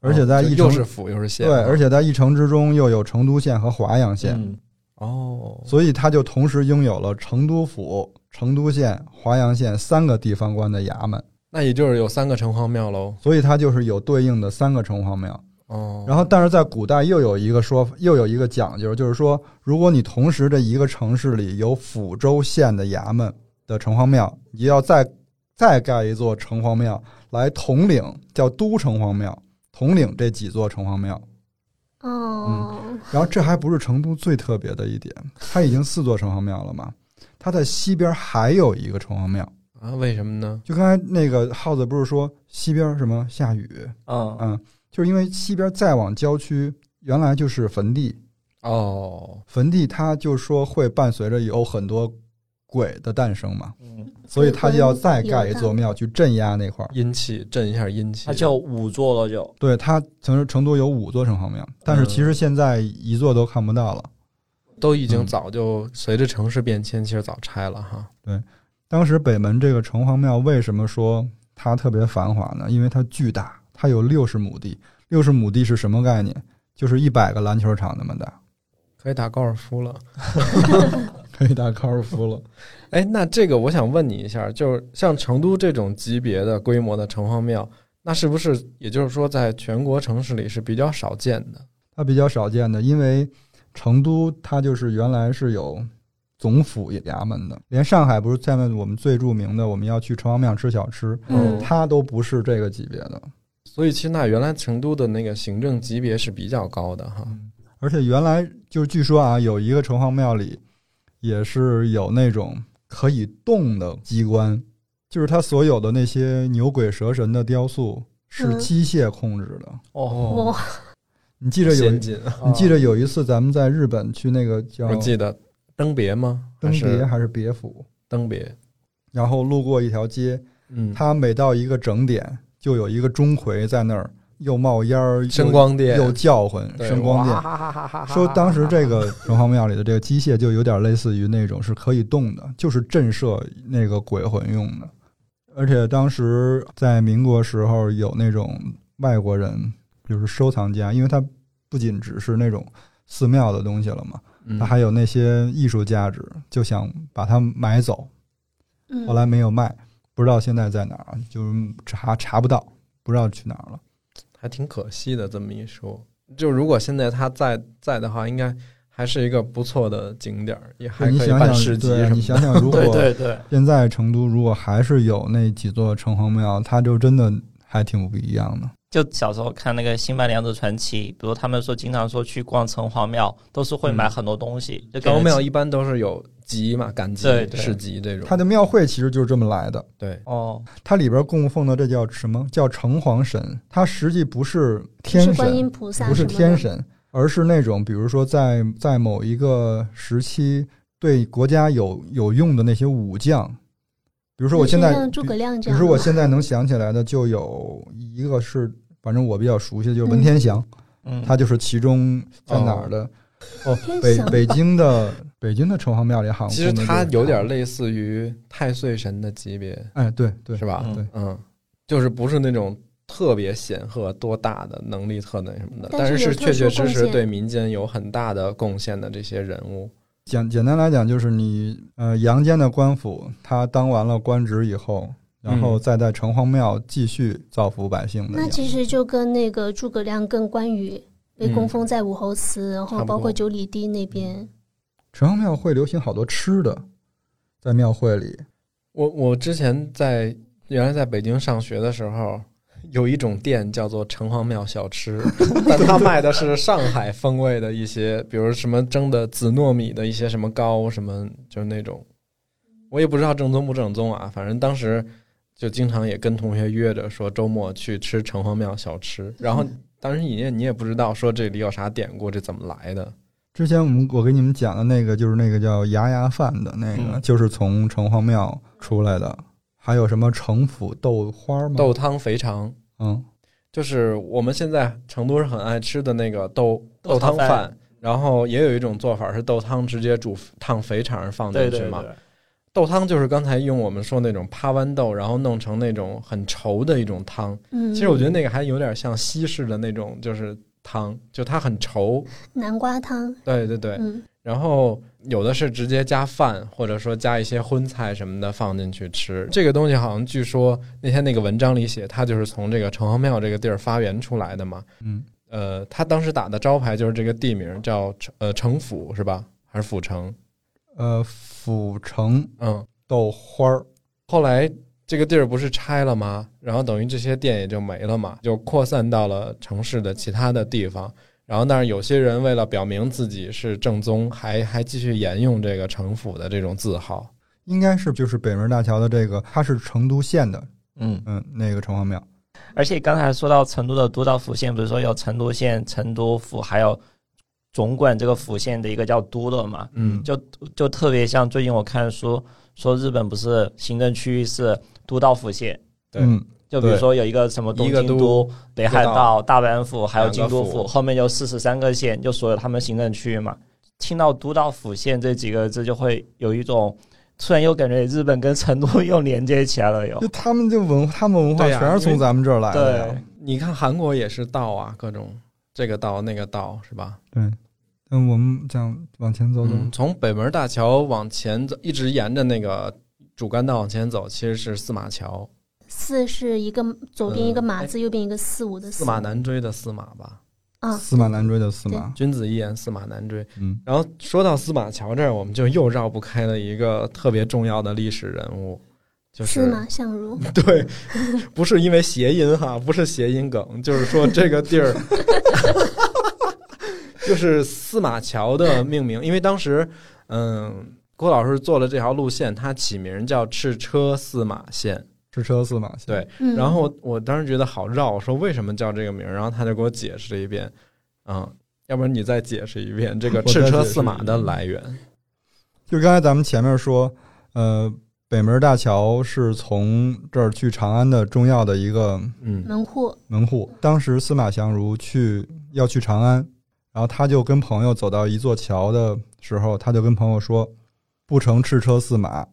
S2: 而且在
S1: 哦就
S2: 一城、
S1: 又是府又是县，
S2: 对，而且在一城之中又有成都县和华阳县，
S3: 嗯，
S1: 哦，
S2: 所以它就同时拥有了成都府、成都县、华阳县三个地方官的衙门，
S1: 那也就是有三个城隍庙喽。
S2: 所以它就是有对应的三个城隍庙。
S1: 哦，
S2: 然后，但是在古代又有一个说，又有一个讲究，就是说，如果你同时这一个城市里有抚州县的衙门的城隍庙，你就要再再盖一座城隍庙来统领，叫都城隍庙，统领这几座城隍庙。
S4: 哦，
S1: 嗯
S2: 然后这还不是成都最特别的一点，它已经四座城隍庙了嘛，它在西边还有一个城隍庙。
S1: 啊？为什么呢？
S2: 就刚才那个耗子不是说西边什么下雨，
S3: 嗯
S2: 嗯，就是因为西边再往郊区，原来就是坟地，
S1: 哦，
S2: 坟地它就说会伴随着有很多鬼的诞生嘛，
S1: 啊
S3: 嗯，
S2: 所以它就要再盖一
S4: 有
S2: 座
S4: 的
S2: 庙去镇压那块儿。
S1: 阴气震一下阴气，
S3: 它就五座了就，
S2: 对，它曾成都有五座城隍庙，但是其实现在一座都看不到了。
S1: 都已经
S2: 嗯
S1: 早就随着城市变迁，其实早拆了哈。
S2: 当时北门这个城隍庙为什么说它特别繁华呢？因为它巨大，它有六十亩地。六十亩地是什么概念？就是一百个篮球场那么 大，
S1: 可以打高尔夫了，
S2: 可以打高尔夫了。
S1: 哎，那这个我想问你一下，就是像成都这种级别的规模的城隍庙，那是不是也就是说，在全国城市里是比较少见的？
S2: 它比较少见的，因为成都它就是原来是有总府衙门的，连上海不是现在我们最著名的，我们要去城隍庙吃小吃，
S1: 哦
S4: 嗯
S2: 它都不是这个级别的。
S1: 所以其实那原来成都的那个行政级别是比较高的哈。
S2: 而且原来就是据说啊，有一个城隍庙里也是有那种可以动的机关，就是它所有的那些牛鬼蛇神的雕塑是
S4: 嗯
S2: 机械控制的。
S4: 哇、
S1: 哦，
S2: 你记着有
S1: 先
S2: 一，
S1: 进，
S3: 嗯
S1: 啊
S2: 你记着有一次咱们在日本去那个叫
S1: 我记得登别吗？
S2: 登
S1: 还
S2: 别
S1: 是
S2: 还是别府，
S1: 登别？
S2: 然后路过一条街，
S1: 嗯，
S2: 它每到一个整点，就有一个钟馗在那儿又冒烟儿，又
S1: 声光电
S2: 又叫唤
S1: 对
S2: 声光电。
S3: 殿
S2: 说当时这个城隍庙里的这个机械就有点类似于那种是可以动的，就是震慑那个鬼魂用的。而且当时在民国时候有那种外国人，就是收藏家，因为他不仅只是那种寺庙的东西了嘛，
S1: 嗯
S2: 他还有那些艺术价值，就想把它买走，
S4: 嗯，
S2: 后来没有卖，不知道现在在哪儿，啊就是查查不到，不知道去哪儿了。
S1: 还挺可惜的。这么一说，就如果现在他在在的话，应该还是一个不错的景点儿，也还
S2: 你
S1: 可以
S2: 想
S1: 办
S2: 想，
S1: 市集
S2: 对，啊
S1: 什
S2: 你
S1: 么的。
S2: 想想， 如果
S3: 对对对，
S2: 现在成都如果还是有那几座城隍庙，它就真的还挺不一样的。
S3: 就小时候看那个《新白娘子传奇》，比如他们说经常说去逛城隍庙，都是会买很多东西，就给
S1: 高
S3: 人
S1: 庙一般都是有集嘛，赶集
S3: 对、对
S1: 市集这种。
S2: 它的庙会其实就是这么来的，
S1: 对，
S3: 哦，
S2: 它里边供奉的这叫什么叫城隍神？它实际不是
S4: 是
S2: 天
S4: 观音
S2: 神，
S4: 菩萨，
S2: 不是天，神，而是那种比如说在在某一个时期对国家有有用的那些武将，比如说我现在
S4: 像诸葛亮这
S2: 比
S4: 样
S2: 如
S4: 吗，
S2: 说我现在能想起来的就有一个是，反正我比较熟悉的就是文天祥。
S3: 嗯，
S2: 它就是其中在哪儿的？哦，
S4: 天
S2: 北
S4: 祥
S2: 北京的北京的城隍庙里好像
S1: 其实
S2: 供的
S1: 它
S2: 就是
S1: 有点类似于太岁神的级别，
S2: 哎，对对
S1: 是，吧？
S3: 嗯
S2: 对
S1: 嗯，就是不是那种特别显赫、多大的能力、特那什么的，
S4: 但
S1: 但
S4: 是
S1: 是
S4: 有
S1: 是
S4: 特
S1: 确确
S4: 殊
S1: 实
S4: 贡
S1: 实
S4: 献
S1: 对民间有很大的贡献的这些人物。
S2: 简简单来讲就是你呃阳间的官府，他当完了官职以后，然
S1: 嗯
S2: 后再在城隍庙继续造福百姓的
S4: 那
S2: 样子。
S4: 其实就跟那个诸葛亮跟关羽被供奉在武侯祠，然
S1: 差
S4: 后
S1: 不
S4: 包括
S1: 多
S4: 九里堤那边，
S2: 城隍庙会流行好多吃的，在庙会里，
S1: 我我之前在原来在北京上学的时候，有一种店叫做城隍庙小吃， 但它卖的是上海风味的一些，比如什么蒸的紫糯米的一些什么糕，什么就是那种，我也不知道正宗不正宗啊，反正当时就经常也跟同学约着说周末去吃城隍庙小吃，然后当时你也你也不知道说这里有啥典故，这怎么来的，
S2: 之前我们我给你们讲的那个就是那个叫牙牙饭的那个，
S3: 嗯
S2: 就是从城隍庙出来的。还有什么城府豆花吗？
S1: 豆汤肥肠。
S2: 嗯，
S1: 就是我们现在成都人很爱吃的那个豆
S3: 豆
S1: 汤
S3: 汤饭
S1: 饭，然后也有一种做法是豆汤直接煮烫肥肠放进
S3: 对
S1: 去
S3: 对
S1: 嘛。
S3: 对，
S1: 豆汤就是刚才用我们说那种趴豌豆，然后弄成那种很稠的一种汤。
S4: 嗯，
S1: 其实我觉得那个还有点像西式的那种，就是汤，就它很稠。
S4: 南瓜汤，
S1: 对对对，
S4: 嗯，
S1: 然后有的是直接加饭，或者说加一些荤菜什么的放进去吃。这个东西好像据说那天那个文章里写，它就是从这个城隍庙这个地儿发源出来的嘛。
S2: 嗯，
S1: 呃，他当时打的招牌就是这个地名叫城呃城府是吧？还是府城？
S2: 呃，府城
S1: 嗯，
S2: 豆花儿，
S1: 后来这个地儿不是拆了吗？然后等于这些店也就没了嘛，就扩散到了城市的其他的地方。然后，但是有些人为了表明自己是正宗，还还继续沿用这个城府的这种自豪。
S2: 应该是就是北门大桥的这个，它是成都县的，
S3: 嗯，
S2: 嗯，那个城隍庙。
S3: 而且刚才说到成都的都道府县，比如说有成都县、成都府，还有总管这个府县的一个叫都乐嘛，
S1: 嗯
S3: 就就特别像最近我看书说日本不是行政区域是都道府县，
S1: 对
S2: 嗯，
S3: 就比如说有一个什么东
S1: 一个
S3: 京都
S1: 都、
S3: 北海
S1: 一个
S3: 道、大阪府，还有京都
S1: 两个
S3: 府，
S1: 府
S3: 后面有四十三个县，就所有他们行政区域嘛。听到都道府县这几个字，就会有一种突然又感觉日本跟成都 又连接起来 了，有
S2: 就他们这文，他们文化
S1: 对呀
S2: 全是
S1: 因
S2: 从
S1: 为
S2: 咱们这儿来的呀。
S3: 对。
S1: 你看韩国也是道啊，各种这个道那个道是吧？
S2: 对，嗯，我们讲往前走走，
S1: 嗯，从北门大桥往前走，一直沿着那个主干道往前走，其实是司马桥，
S4: 四是一个左边一个马字，右边一个四五的
S1: 司马难追的司马吧？
S4: 啊，
S2: 司马南追的司马，
S1: 君子一言，驷马难追。
S2: 嗯，
S1: 然后说到司马桥这儿，我们就又绕不开了一个特别重要的历史人物，就
S4: 司
S1: 是嗯
S4: 马相如。
S1: 对，不是因为谐音哈，不是谐音梗，就是说这个地儿，就是司马桥的命名，因为当时，嗯，郭老师做了这条路线，它起名叫赤车司马线。
S2: 是车司马线。
S1: 对，
S4: 嗯，
S1: 然后我当时觉得好绕，说为什么叫这个名儿，然后他就给我解释了一遍，嗯，要不然你再解释一遍这个
S2: 我再
S1: 赤车
S2: 解释
S1: 司马
S2: 一
S1: 的
S2: 遍
S1: 来源。
S2: 就刚才咱们前面说，呃，北门大桥是从这儿去长安的重要的一个
S1: 嗯
S4: 门户
S2: 门户。当时司马相如去要去长安，然后他就跟朋友走到一座桥的时候，他就跟朋友说：“不乘赤车驷马，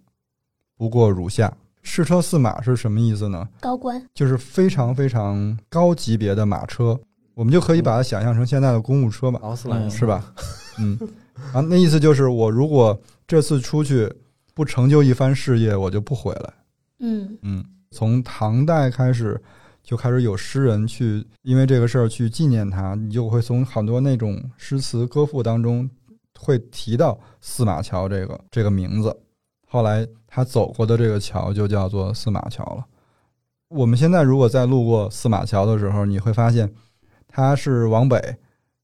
S2: 不过汝下。”赤车驷马是什么意思呢？
S4: 高官，
S2: 就是非常非常高级别的马车，我们就可以把它想象成现在的公务车嘛，
S1: 劳斯莱 斯
S2: 是吧？嗯，啊，那意思就是我如果这次出去不成就一番事业，我就不回来。
S4: 嗯
S2: 嗯，从唐代开始就开始有诗人去因为这个事儿去纪念他，你就会从很多那种诗词歌赋当中会提到司马桥这个这个名字。后来他走过的这个桥就叫做司马桥了。我们现在如果再路过司马桥的时候，你会发现它是往北，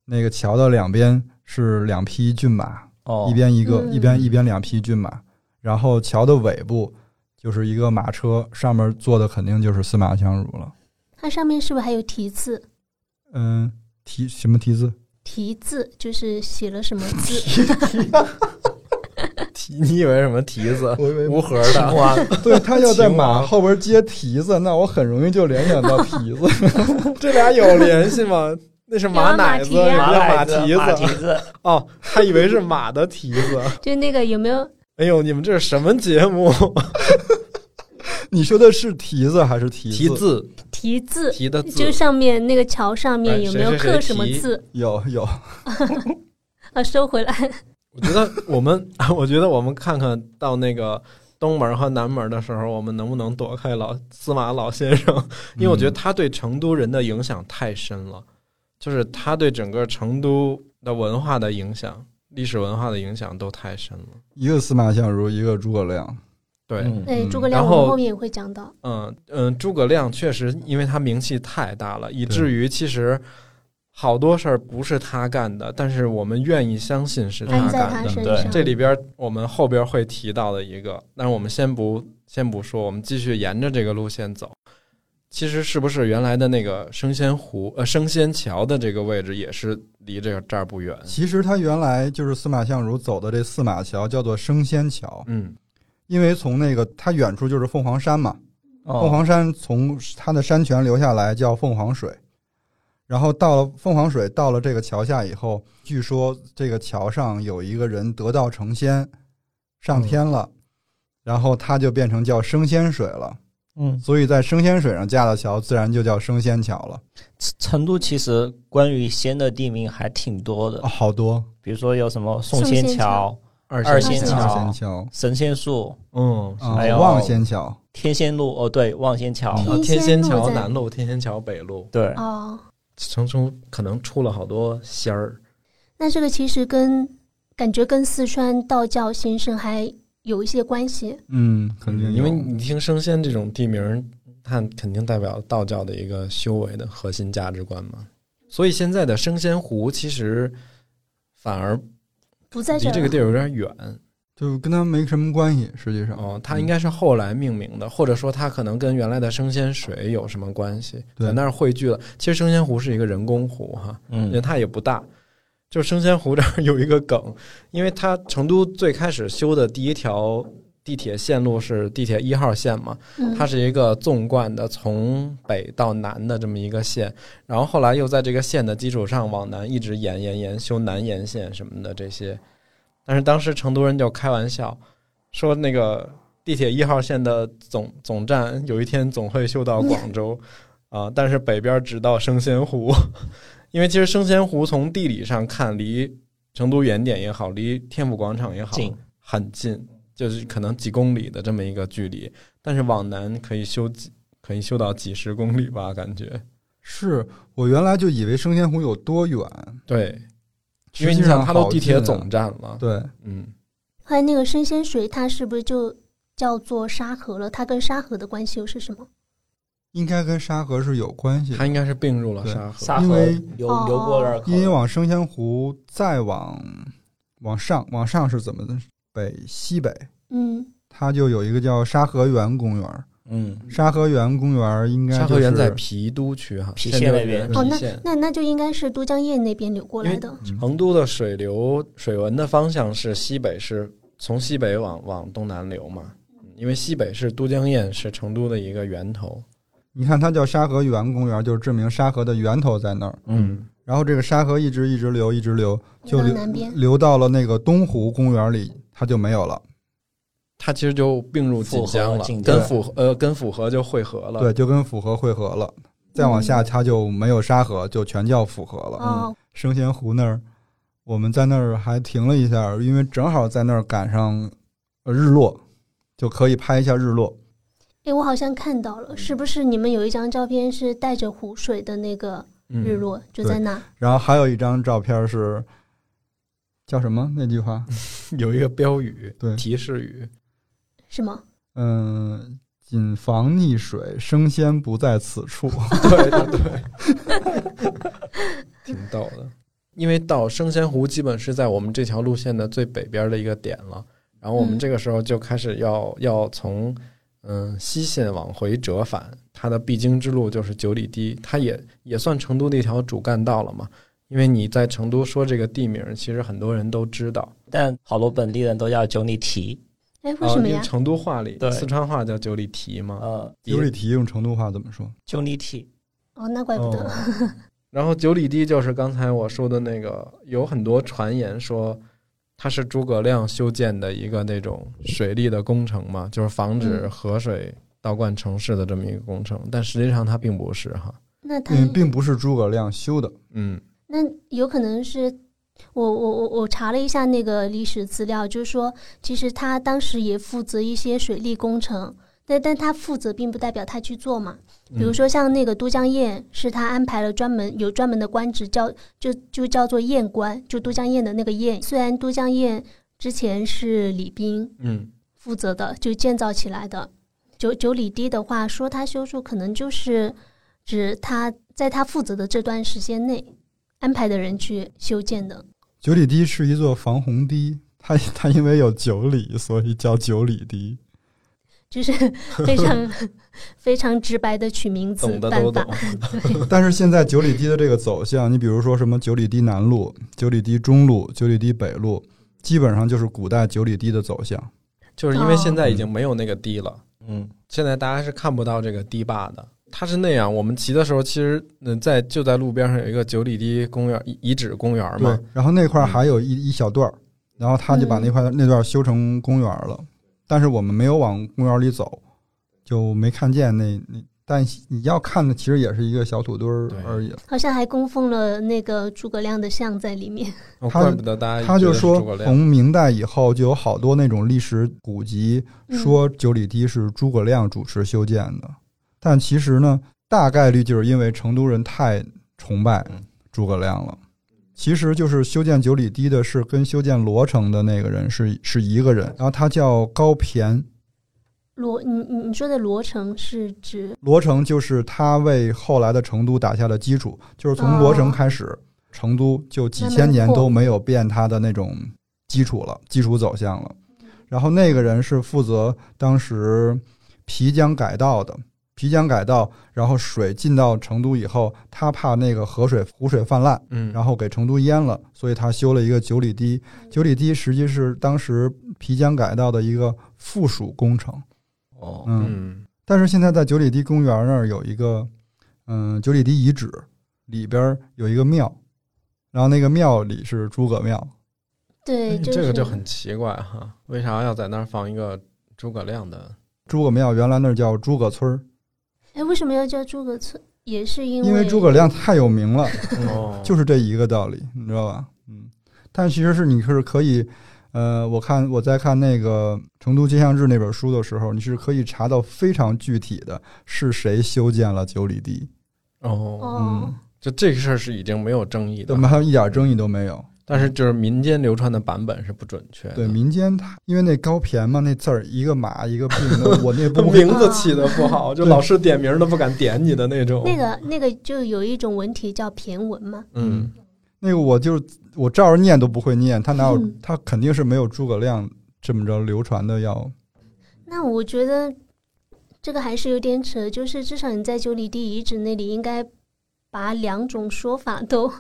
S2: 那个桥的两边是两匹骏马，
S3: 哦
S2: 一边一个，
S4: 嗯
S2: 一边一边两匹骏马，然后桥的尾部就是一个马车，上面坐的肯定就是司马相如了。
S4: 它上面是不是还有题字？
S2: 嗯，题什么题字？
S4: 题字就是写了什么字？
S1: 蹄，你以为什么蹄子？
S2: 我以
S1: 无
S2: 为
S1: 核的，
S3: 哇，
S2: 对他要在马
S1: 秦王
S2: 后边接蹄子，那我很容易就联想到蹄子。
S1: 这俩有联系 吗？那是马奶子，
S4: 有
S1: 人家
S3: 马
S4: 啊
S1: 蹄
S3: 蹄马蹄
S1: 子。
S3: 子，
S1: 哦，他以为是马的蹄子。
S4: 就那个有没有？
S1: 哎呦，你们这是什么节目？
S2: 你说的是蹄子还是 蹄
S1: 蹄字，
S4: 题字，
S1: 蹄的
S4: 就
S1: 字。
S4: 上面那个桥上面有没有
S1: 哎谁谁谁
S4: 刻什么
S1: 题
S4: 字？
S2: 有有，
S4: 啊，收回来。
S1: 我觉得我们， 我觉得我们看看到那个东门和南门的时候，我们能不能躲开老司马老先 生？因为我觉
S2: 嗯
S1: 得他对成都人的影响太深了，就是他对整个成都的文化的影响、历史文化的影响都太深了。
S2: 一个司马相如，一个诸葛亮。
S1: 对，
S3: 嗯
S4: 对，
S2: 嗯
S4: 哎诸葛亮
S1: 然
S4: 我们
S1: 后
S4: 后面也会讲到。
S1: 嗯嗯，诸葛亮确实因为他名气太大了，以至于其实好多事儿不是他干的，但是我们愿意相信是
S4: 安
S1: 他
S4: 在
S1: 干
S4: 他
S1: 的。
S4: 身
S3: 对
S4: 上。
S1: 嗯这里边儿我们后边儿会提到的一个，但是我们先不先不说，我们继续沿着这个路线走。其实是不是原来的那个升仙湖呃升仙桥的这个位置也是离这个这儿不远？
S2: 其实他原来就是司马相如走的这司马桥叫做升仙桥，
S1: 嗯，
S2: 因为从那个他远处就是凤凰山嘛，凤
S3: 哦，
S2: 凰山从它的山泉流下来叫凤凰水，然后到了凤凰水到了这个桥下以后，据说这个桥上有一个人得道成仙，上天了，
S1: 嗯
S2: 然后他就变成叫升仙水了，
S3: 嗯，
S2: 所以在升仙水上架的桥自然就叫升仙桥了。
S3: 成成都其实关于仙的地名还挺多的
S2: 哦、，好多
S3: 比如说有什么
S4: 宋
S3: 仙
S4: 仙桥、
S1: 二啊
S3: 二
S4: 仙
S3: 仙
S4: 桥
S2: 二
S3: 桥
S2: 仙、
S1: 哦
S2: 桥
S3: 神仙树、
S1: 嗯，
S2: 啊，
S3: 还有
S2: 望仙桥，
S3: 天仙路，哦，对，望仙桥，
S1: 然后天
S4: 天
S1: 仙
S4: 仙路
S1: 桥
S4: 在
S1: 南路、天仙桥北路，
S3: 对，
S4: 哦，
S1: 成都可能出了好多仙儿。
S4: 那这个其实跟呃感觉跟四川道教先生还有一些关系。
S2: 嗯，肯定
S1: 嗯
S2: 有
S1: 因为你听升仙这种地名儿，它肯定代表道教的一个修为的核心价值观嘛。所以现在的生鲜湖其实反而
S4: 不在这
S1: 离
S4: 儿啊
S1: 这个地儿有点远。嗯
S2: 就跟他没什么关系，实际上。
S1: 哦，它应该是后来命名的，或者说它可能跟原来的生鲜水有什么关系，
S2: 对
S1: 在那儿汇聚了。其实生鲜湖是一个人工湖哈，因为
S3: 嗯，
S1: 它也不大。就生鲜湖这儿有一个梗，因为它成都最开始修的第一条地铁线路是地铁一号线嘛，
S4: 嗯
S1: 它是一个纵贯的，从北到南的这么一个线，然后后来又在这个线的基础上往南一直延延延修南延线什么的这些，但是当时成都人就开玩笑说那个地铁一号线的总总站有一天总会修到广州啊，但是北边只到生鲜湖， 因为其实生鲜湖从地理上看离成都原点也好，离天府广场也好，
S3: 近
S1: 很近，就是可能几公里的这么一个距离，但是往南可以修几，可以修到几十公里吧，感觉。
S2: 是我原来就以为生鲜湖有多远，
S1: 对，因为
S2: 实
S1: 你
S2: 际上
S1: 想，它都
S2: 好
S1: 地铁
S2: 近啊啊
S1: 总站了，
S2: 对，
S1: 嗯，
S4: 后来那个生鲜水，它是不是就叫做沙河了？它跟沙河的关系又是什么？
S2: 应该跟沙河是有关系的
S1: 它。应该是并入了
S2: 对
S1: 沙河。
S3: 沙
S2: 因
S3: 河
S2: 为
S3: 流
S4: 哦
S3: 流过那儿，
S2: 因为往生鲜湖再往往上往上是怎么的？北西北，
S4: 嗯，
S2: 它就有一个叫沙河园公园。
S1: 嗯，
S2: 沙河园公园应该、就
S1: 沙
S2: 是、
S1: 河源在郫都区哈，
S3: 郫
S1: 现
S3: 县
S1: 在
S3: 那边
S1: 郫
S4: 哦，那
S1: 县
S4: 那那就应该是都江堰那边流过来的。
S2: 嗯
S1: 成都的水流水文的方向是西北，是从西北往往东南流嘛。嗯因为西北是都江堰，是成都的一个源头。
S2: 你看它叫沙河园公园，就是证明沙河的源头在那儿。
S1: 嗯，
S2: 然后这个沙河一直一直流，一直流，就
S4: 流到
S2: 流
S4: 南边
S2: 流到了那个东湖公园里，它就没有了。
S1: 它其实就并入锦江
S3: 府
S1: 了
S3: 河锦，江
S1: 跟府呃跟府河就汇合了。
S2: 对，就跟府河汇合了。再往下，啊它就没有沙河，就全叫府河了。
S4: 嗯哦，
S2: 生鲜湖那儿，我们在那儿还停了一下，因为正好在那儿赶上呃日落，就可以拍一下日落。
S4: 哎，我好像看到了，是不是你们有一张照片是带着湖水的那个
S1: 嗯
S4: 日落，就
S2: 对
S4: 在那？
S2: 然后还有一张照片是叫什么那句话？
S1: 有一个标语，
S2: 对
S1: 提示语，
S4: 是吗？
S2: 嗯、谨防溺水，生鲜不在此处。
S1: 对对对， 挺逗的。因为到生鲜湖基本是在我们这条路线的最北边的一个点了，然后我们
S4: 嗯
S1: 这个时候就开始要 要从嗯西线往回折返，它的必经之路就是九里堤，它也也算成都的一条主干道了嘛。因为你在成都说这个地名，其实很多人都知道，
S3: 但好多本地人都叫九里堤，
S4: 哎，为
S1: 啊，
S4: 什
S1: 因
S4: 么
S1: 为
S4: 呀？
S1: 成都话里
S3: 对
S1: 四川话叫九里堤
S2: 嗯
S1: 嘛，
S3: 呃，
S2: 尤里提用成都话怎么说？
S3: 九里堤，
S4: 哦，那怪不得。
S1: 哦然后九里堤就是刚才我说的那个，有很多传言说它是诸葛亮修建的一个那种水利的工程嘛，就是防止
S4: 嗯
S1: 河水倒灌城市的这么一个工程，但实际上它并不是哈。
S4: 那他
S2: 嗯，并不是诸葛亮修的。
S1: 嗯，
S4: 那有可能是我我我我查了一下那个历史资料，就是说，其实他当时也负责一些水利工程，但但他负责并不代表他去做嘛。比
S1: 嗯
S4: 如说像那个都江堰，是他安排了专门有专门的官职叫就就叫做堰官，就都江堰的那个堰。虽然都江堰之前是李冰
S1: 嗯，
S4: 负责的，就建造起来的。九九里堤的话，说他修筑，可能就是指他在他负责的这段时间内安排的人去修建的。
S2: 九里堤是一座防洪堤，它它因为有九里，所以叫九里堤。
S4: 就是非常非常直白的取名字
S1: 懂的
S4: 办
S1: 都
S4: 法
S1: 懂。。
S2: 但是现在九里堤的这个走向，你比如说什么九里堤南路、九里堤中路、九里堤北路，基本上就是古代九里堤的走向。
S1: 就是因为现在已经没有那个堤了，
S3: 嗯，
S1: 现在大家是看不到这个堤坝的。它是那样，我们骑的时候，其实嗯，在就在路边上有一个九里堤公园遗遗址公园嘛
S2: 对，，然后那块儿还有
S1: 嗯
S2: 一、一小段儿，然后他就把那块、那段儿修成公园了，但是我们没有往公园里走，就没看见那那。但你要看的其实也是一个小土堆儿
S1: 对
S2: 而已。
S4: 好像还供奉了那个诸葛亮的像在里面。
S1: 哦
S2: 他
S1: 怪不得大家
S2: 他
S1: 觉
S2: 就
S1: 得是
S2: 说
S1: 诸葛，亮
S2: 从明代以后就有好多那种历史古籍
S4: 嗯
S2: 说九里堤是诸葛亮主持修建的，但其实呢，大概率就是因为成都人太崇拜
S3: 嗯
S2: 诸葛亮了。其实就是修建九里堤的是跟修建罗城的那个人是是一个人，然后他叫高骈，
S4: 罗，你你你说的罗城是指
S2: 罗城就是它为后来的成都打下了基础，就是从罗城开始，成都就几千年都没有变它的那种基础了，基础走向了。然后那个人是负责当时綦江改道的，綦江改道，然后水进到成都以后，他怕那个河水湖水泛滥，
S1: 嗯，
S2: 然后给成都淹了，所以他修了一个九里堤。九里堤实际是当时綦江改道的一个附属工程。
S3: 哦，
S2: 嗯，
S1: 嗯
S2: 但是现在在九里堤公园那儿有一个，嗯，九里堤遗址里边儿有一个庙，然后那个庙里是诸葛庙。
S4: 对，哎就是
S1: 哎这个就很奇怪哈，为啥要在那儿放一个诸葛亮的？
S2: 诸葛庙原来那儿叫诸葛村儿，
S4: 哎，为什么要叫诸葛村？也是因为
S2: 因为诸葛亮太有名了，
S1: 哦，
S2: 嗯就是这一个道理，你知道吧？嗯，但其实是你是可以，呃，我看我在看那个《成都街巷志》那本书的时候，你是可以查到非常具体的是谁修建了九里堤，
S1: 哦，
S4: 哦
S2: 嗯，，
S1: 就这个事儿是已经没有争议的
S2: 对，，没有一点争议都没有。
S1: 但是就是民间流传的版本是不准确的。
S2: 对，民间它因为那高骈嘛，那字儿一个马一个病，那我那 不
S1: 名字起的不 好，就老师点名都不敢点你的那种。
S4: 那
S2: 嗯
S4: 个那个就有一种文体叫骈文嘛，
S1: 嗯，
S2: 那个我就是我照着念都不会念，他哪有、
S4: 嗯
S2: 他肯定是没有诸葛亮这么着流传的要
S4: 那我觉得这个还是有点扯，就是至少你在九里堤遗址那里应该把两种说法都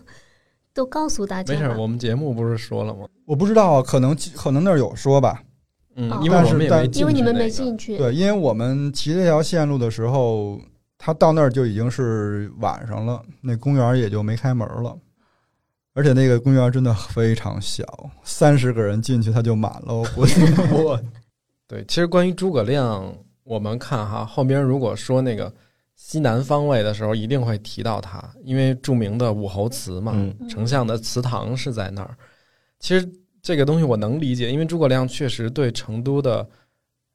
S4: 都告诉大家
S1: 没事儿，
S4: 吧
S1: 我们节目不是说了吗？
S2: 我不知道啊，可能可能那儿有说吧，
S1: 嗯
S4: 哦，
S1: 因为我们也
S2: 但
S1: 没
S2: 是
S1: 进去
S4: 因为你们
S1: 那
S4: 没
S1: 个
S4: 进去，
S2: 对，因为我们骑这条线路的时候，他到那儿就已经是晚上了，那公园也就没开门了。而且那个公园真的非常小，三十个人进去他就满了，我估计。我
S1: 对，其实关于诸葛亮，我们看哈，后边如果说那个西南方位的时候，一定会提到他，因为著名的武侯祠嘛，
S3: 嗯
S1: 丞相的祠堂是在那儿。其实这个东西我能理解，因为诸葛亮确实对成都的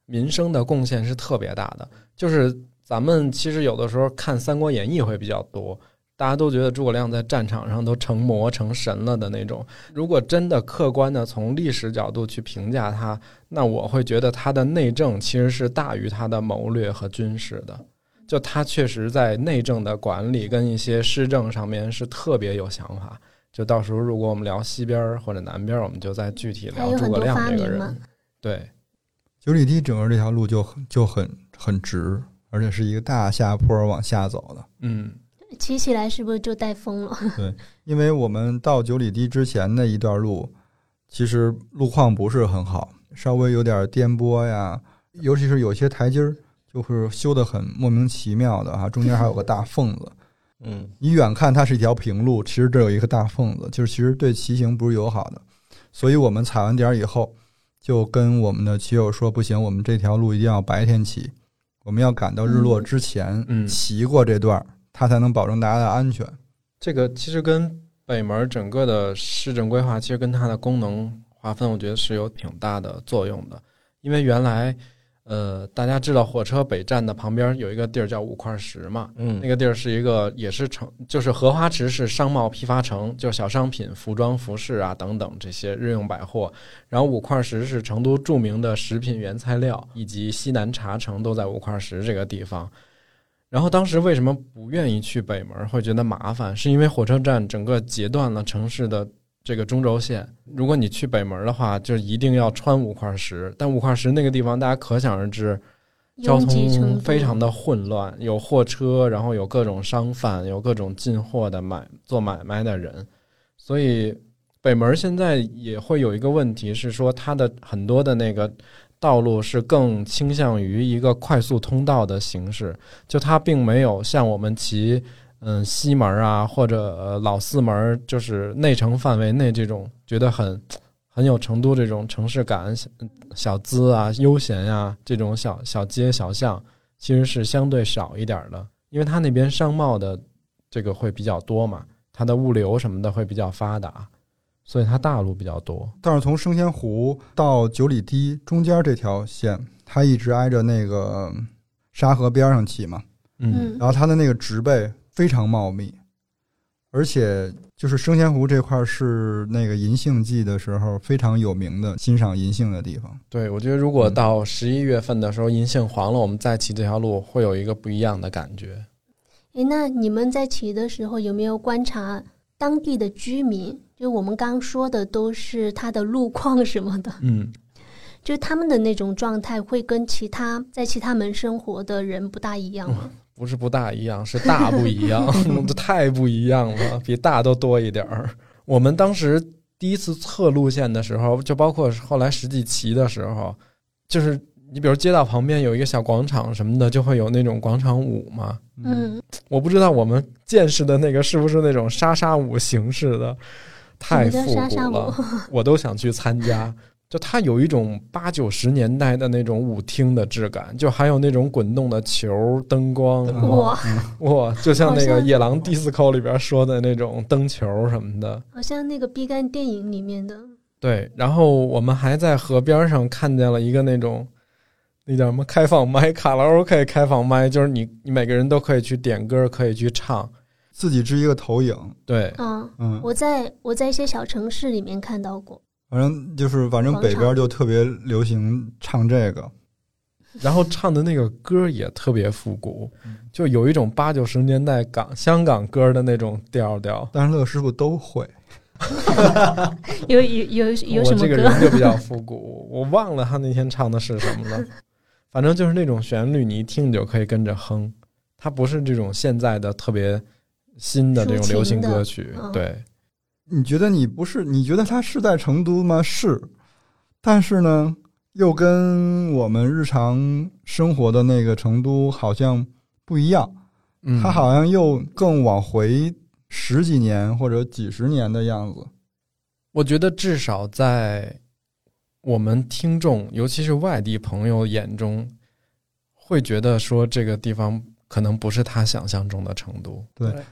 S1: 民生的贡献是特别大的。就是咱们其实有的时候看《三国演义》会比较多，大家都觉得诸葛亮在战场上都成魔成神了的那种。如果真的客观的从历史角度去评价他，那我会觉得他的内政其实是大于他的谋略和军事的。就他确实在内政的管理跟一些施政上面是特别有想法。就到时候如果我们聊西边儿或者南边儿，我们就再具体
S4: 还
S1: 聊
S4: 有
S1: 诸
S4: 很
S1: 葛
S4: 多
S1: 亮
S4: 发
S1: 这个
S4: 明嘛
S1: 人。对，
S2: 九里堤整个这条路就很就很很直，而且是一个大下坡往下走的。
S1: 嗯，
S4: 骑起来是不是就带 风了？
S2: 因为我们到九里堤之前那一段路，其实路况不是很好，稍微有点颠簸呀，尤其是有些台阶儿，就是修得很莫名其妙的哈，啊中间还有个大缝子。
S3: 嗯，
S2: 你远看它是一条平路，其实这有一个大缝子，就是其实对骑行不是友好的。所以我们踩完点儿以后，就跟我们的骑友说，不行，我们这条路一定要白天骑，我们要赶到日落之前、
S1: 嗯嗯
S2: 骑过这段儿，它才能保证大家的安全。
S1: 这个其实跟北门整个的市政规划，其实跟它的功能划分，我觉得是有挺大的作用的。因为原来，呃，大家知道火车北站的旁边有一个地儿叫五块石嘛，
S3: 嗯，
S1: 那个地儿是一个也是城，就是荷花池是商贸批发城，就是小商品、服装、服饰啊等等这些日用百货。然后五块石是成都著名的食品原材料，以及西南茶城都在五块石这个地方。然后当时为什么不愿意去北门，会觉得麻烦，是因为火车站整个截断了城市的这个中轴线。如果你去北门的话，就一定要穿五块石，但五块石那个地方大家可想而知，交
S4: 拥挤程
S1: 通
S4: 度
S1: 非常的混乱，有货车，然后有各种商贩，有各种进货的买做买卖的人，所以北门现在也会有一个问题是说，它的很多的那个道路是更倾向于一个快速通道的形式，就它并没有像我们骑嗯西门啊或者呃老四门，就是内城范围内这种觉得很。很有成都这种城市感，小资啊、悠闲呀、这种小小街小巷，其实是相对少一点儿的，因为它那边商贸的这个会比较多嘛，它的物流什么的会比较发达，所以它大路比较多。
S2: 但是从升仙湖到九里堤中间这条线，它一直挨着那个沙河边上骑嘛，
S4: 嗯
S2: 然后它的那个植被非常茂密，而且就是升仙湖这块儿是那个银杏季的时候非常有名的欣赏银杏的地方。
S1: 对，我觉得如果到十一月份的时候银杏黄了，我们再骑这条路会有一个不一样的感觉。
S4: 哎，那你们在骑的时候有没有观察当地的居民？就我们刚说的都是它的路况 什么的，
S1: 嗯，
S4: 就他们的那种状态会跟其他在其他门生活的人不大一样吗？
S1: 不是不大一样，是大不一 样，这太不一样了，比大都多一点儿。我们当时第一次测路线的时候，就包括后来实际骑的时候，就是你比如街道旁边有一个小广场什么的，就会有那种广场舞嘛。
S4: 嗯，
S1: 我不知道我们见识的那个是不是那种莎莎舞形式的，太
S4: 什么
S1: 复
S4: 叫莎莎
S1: 古
S4: 舞
S1: 了， 我都想去参加。就它有一种八九十年代的那种舞厅的质感，就还有那种滚动的球、灯光，啊
S2: 灯光
S4: 哇，
S1: 哇，就像那
S4: 好
S1: 个《
S4: 像
S1: 野狼 DISCO》里边说的那种灯球什么的。
S4: 好像那个毕赣电影里面的，
S1: 对，然后我们还在河边上看见了一个那种，那叫什么开放麦，卡拉 OK 开放麦，就是你你每个人都可以去点歌，可以去唱。
S2: 自己织一个投影，
S1: 对，
S4: 嗯，
S2: 嗯，
S4: 我在我在一些小城市里面看到过，
S2: 反正就是反正北边就特别流行唱这个，
S1: 然后唱的那个歌也特别复古，
S4: 嗯
S1: 就有一种八九十年代港香港歌的那种调调。
S2: 但是乐师傅都会。
S4: 有有有有
S1: 我
S4: 什
S1: 这
S4: 么
S1: 个
S4: 歌？
S1: 人就比较复古，我忘了他那天唱的是什么 了，反正就是那种旋律，你一听你就可以跟着哼。它不是这种现在的特别新的这种流行歌曲
S4: 抒情的，嗯
S1: 对，
S2: 你觉得你不是？你觉得他是在成都吗？是，但是呢，又跟我们日常生活的那个成都好像不一样。
S1: 嗯
S2: 它好像又更往回十几年或者几十年的样子。
S1: 我觉得至少在我们听众，尤其是外地朋友眼中，会觉得说这个地方可能不是他想象中的成都。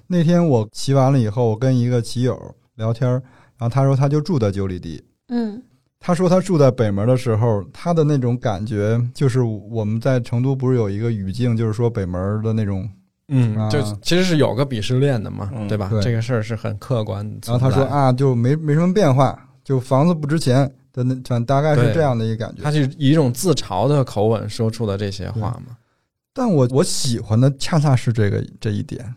S2: 那天我骑完了以后，我跟一个骑友聊天儿，然后他说他就住在九里堤。
S4: 嗯，
S2: 他说他住在北门的时候，他的那种感觉就是我们在成都不是有一个语境，就是说北门的那种。
S1: 嗯
S2: 啊
S1: 就其实是有个鄙视链的嘛，
S3: 嗯
S1: 对吧？
S2: 对
S1: 这个事儿是很客观的
S2: 然
S1: 存
S2: 后
S1: 在。
S2: 他说啊，就没没什么变化，就房子不值钱的那，反大概是
S1: 对
S2: 这样的一个感觉。
S1: 他是以一种自嘲的口吻说出的这些话嘛。
S2: 但我我喜欢的恰恰是这个这一点，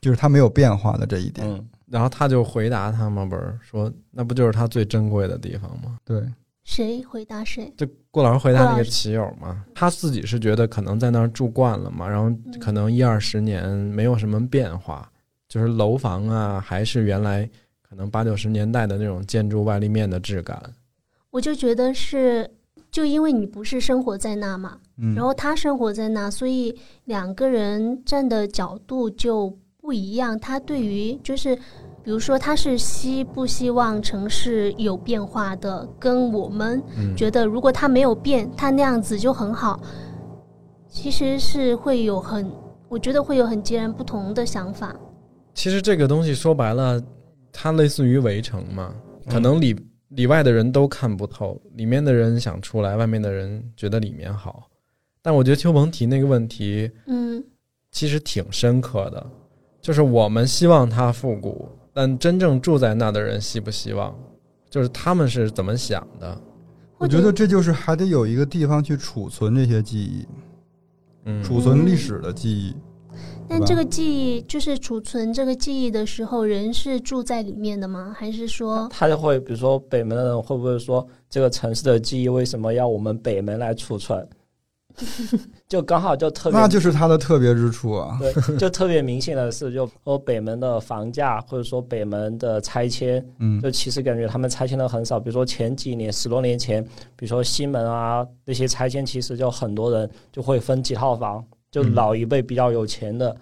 S2: 就是他没有变化的这一点。
S3: 嗯，
S1: 然后他就回答他们，不是说那不就是他最珍贵的地方吗？
S2: 对，
S4: 谁回答谁？
S1: 就顾老师回答那
S4: 顾
S1: 个
S4: 老师
S1: 骑友嘛，他自己是觉得可能在那儿住惯了嘛，然后可能一二十年没有什么变化，就是楼房啊还是原来可能八九十年代的那种建筑外立面的质感。
S4: 我就觉得是，就因为你不是生活在那嘛，
S2: 嗯，
S4: 然后他生活在那，所以两个人站的角度就不一样。他对于就是，比如说他是希不希望城市有变化的，跟我们
S1: 嗯，
S4: 觉得如果他没有变，他那样子就很好，其实是会有很，我觉得会有很截然不同的想法。
S1: 其实这个东西说白了，它类似于围城嘛，
S3: 嗯
S1: 可能里、里外的人都看不透，里面的人想出来，外面的人觉得里面好。但我觉得邱鹏提那个问题
S4: 嗯
S1: 其实挺深刻的，就是我们希望它复古，但真正住在那的人希不希望，就是他们是怎么想的？
S2: 我
S4: 或
S2: 觉
S4: 者
S2: 得这就是还得有一个地方去储存这些记忆，
S1: 嗯，
S2: 储存历史的记忆。对
S4: 但
S2: 吧
S4: 这个记忆就是储存这个记忆的时候，人是住在里面的吗？还是说，
S3: 他就会比如说北门的人会不会说这个城市的记忆为什么要我们北门来储存？ 就刚好就特别
S2: 那就是它的特别之处啊。
S3: 对，就特别明显的是，就说北门的房价或者说北门的拆迁，
S2: 嗯
S3: 就其实感觉他们拆迁的很少。比如说前几年十多年前，比如说西门啊那些拆迁，其实就很多人就会分几套房，就
S1: 嗯
S3: 老一辈比较有钱的。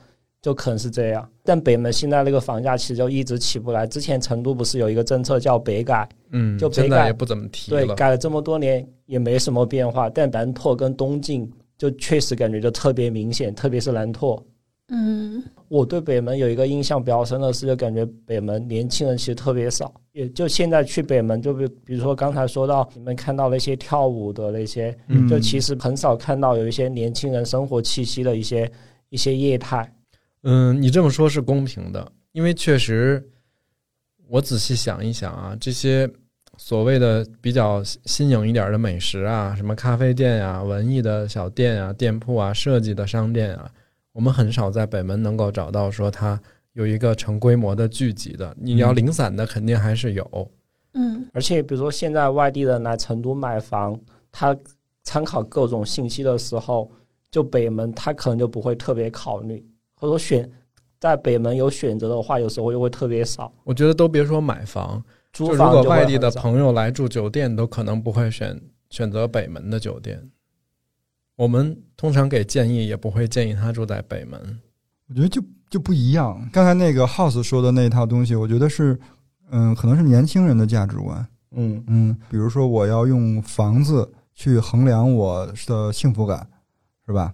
S3: 就可能是这样，但北门现在那个房价其实就一直起不来。之前成都不是有一个政策叫北改，
S1: 嗯，
S3: 就北
S1: 现
S3: 改
S1: 在也不怎么提
S3: 对，
S1: 了。
S3: 改了这么多年也没什么变化，但南拓跟东进就确实感觉就特别明显，特别是南拓。
S4: 嗯，
S3: 我对北门有一个印象比较深的是，就感觉北门年轻人其实特别少，也就现在去北门，就比比如说刚才说到你们看到那些跳舞的那些，
S2: 嗯
S3: 就其实很少看到有一些年轻人生活气息的一些一些业态。
S1: 嗯，你这么说是公平的，因为确实，我仔细想一想啊，这些所谓的比较新颖一点的美食啊，什么咖啡店呀、文艺的小店啊、店铺啊、设计的商店啊，我们很少在北门能够找到说它有一个成规模的聚集的。你要零散的，肯定还是有。
S4: 嗯，
S3: 而且比如说现在外地人来成都买房，他参考各种信息的时候，就北门他可能就不会特别考虑，或者说选在北门有选择的话，有时候就会特别少。
S1: 我觉得都别说买房，
S3: 租
S1: 就如
S3: 房
S1: 果
S3: 就会
S1: 外地的
S3: 很少
S1: 朋友来住酒店，都可能不会选选择北门的酒店。我们通常给建议，也不会建议他住在北门。
S2: 我觉得就就不一样。刚才那个 House 说的那一套东西，我觉得是，嗯，可能是年轻人的价值观。
S3: 嗯
S2: 嗯，比如说我要用房子去衡量我的幸福感，是吧？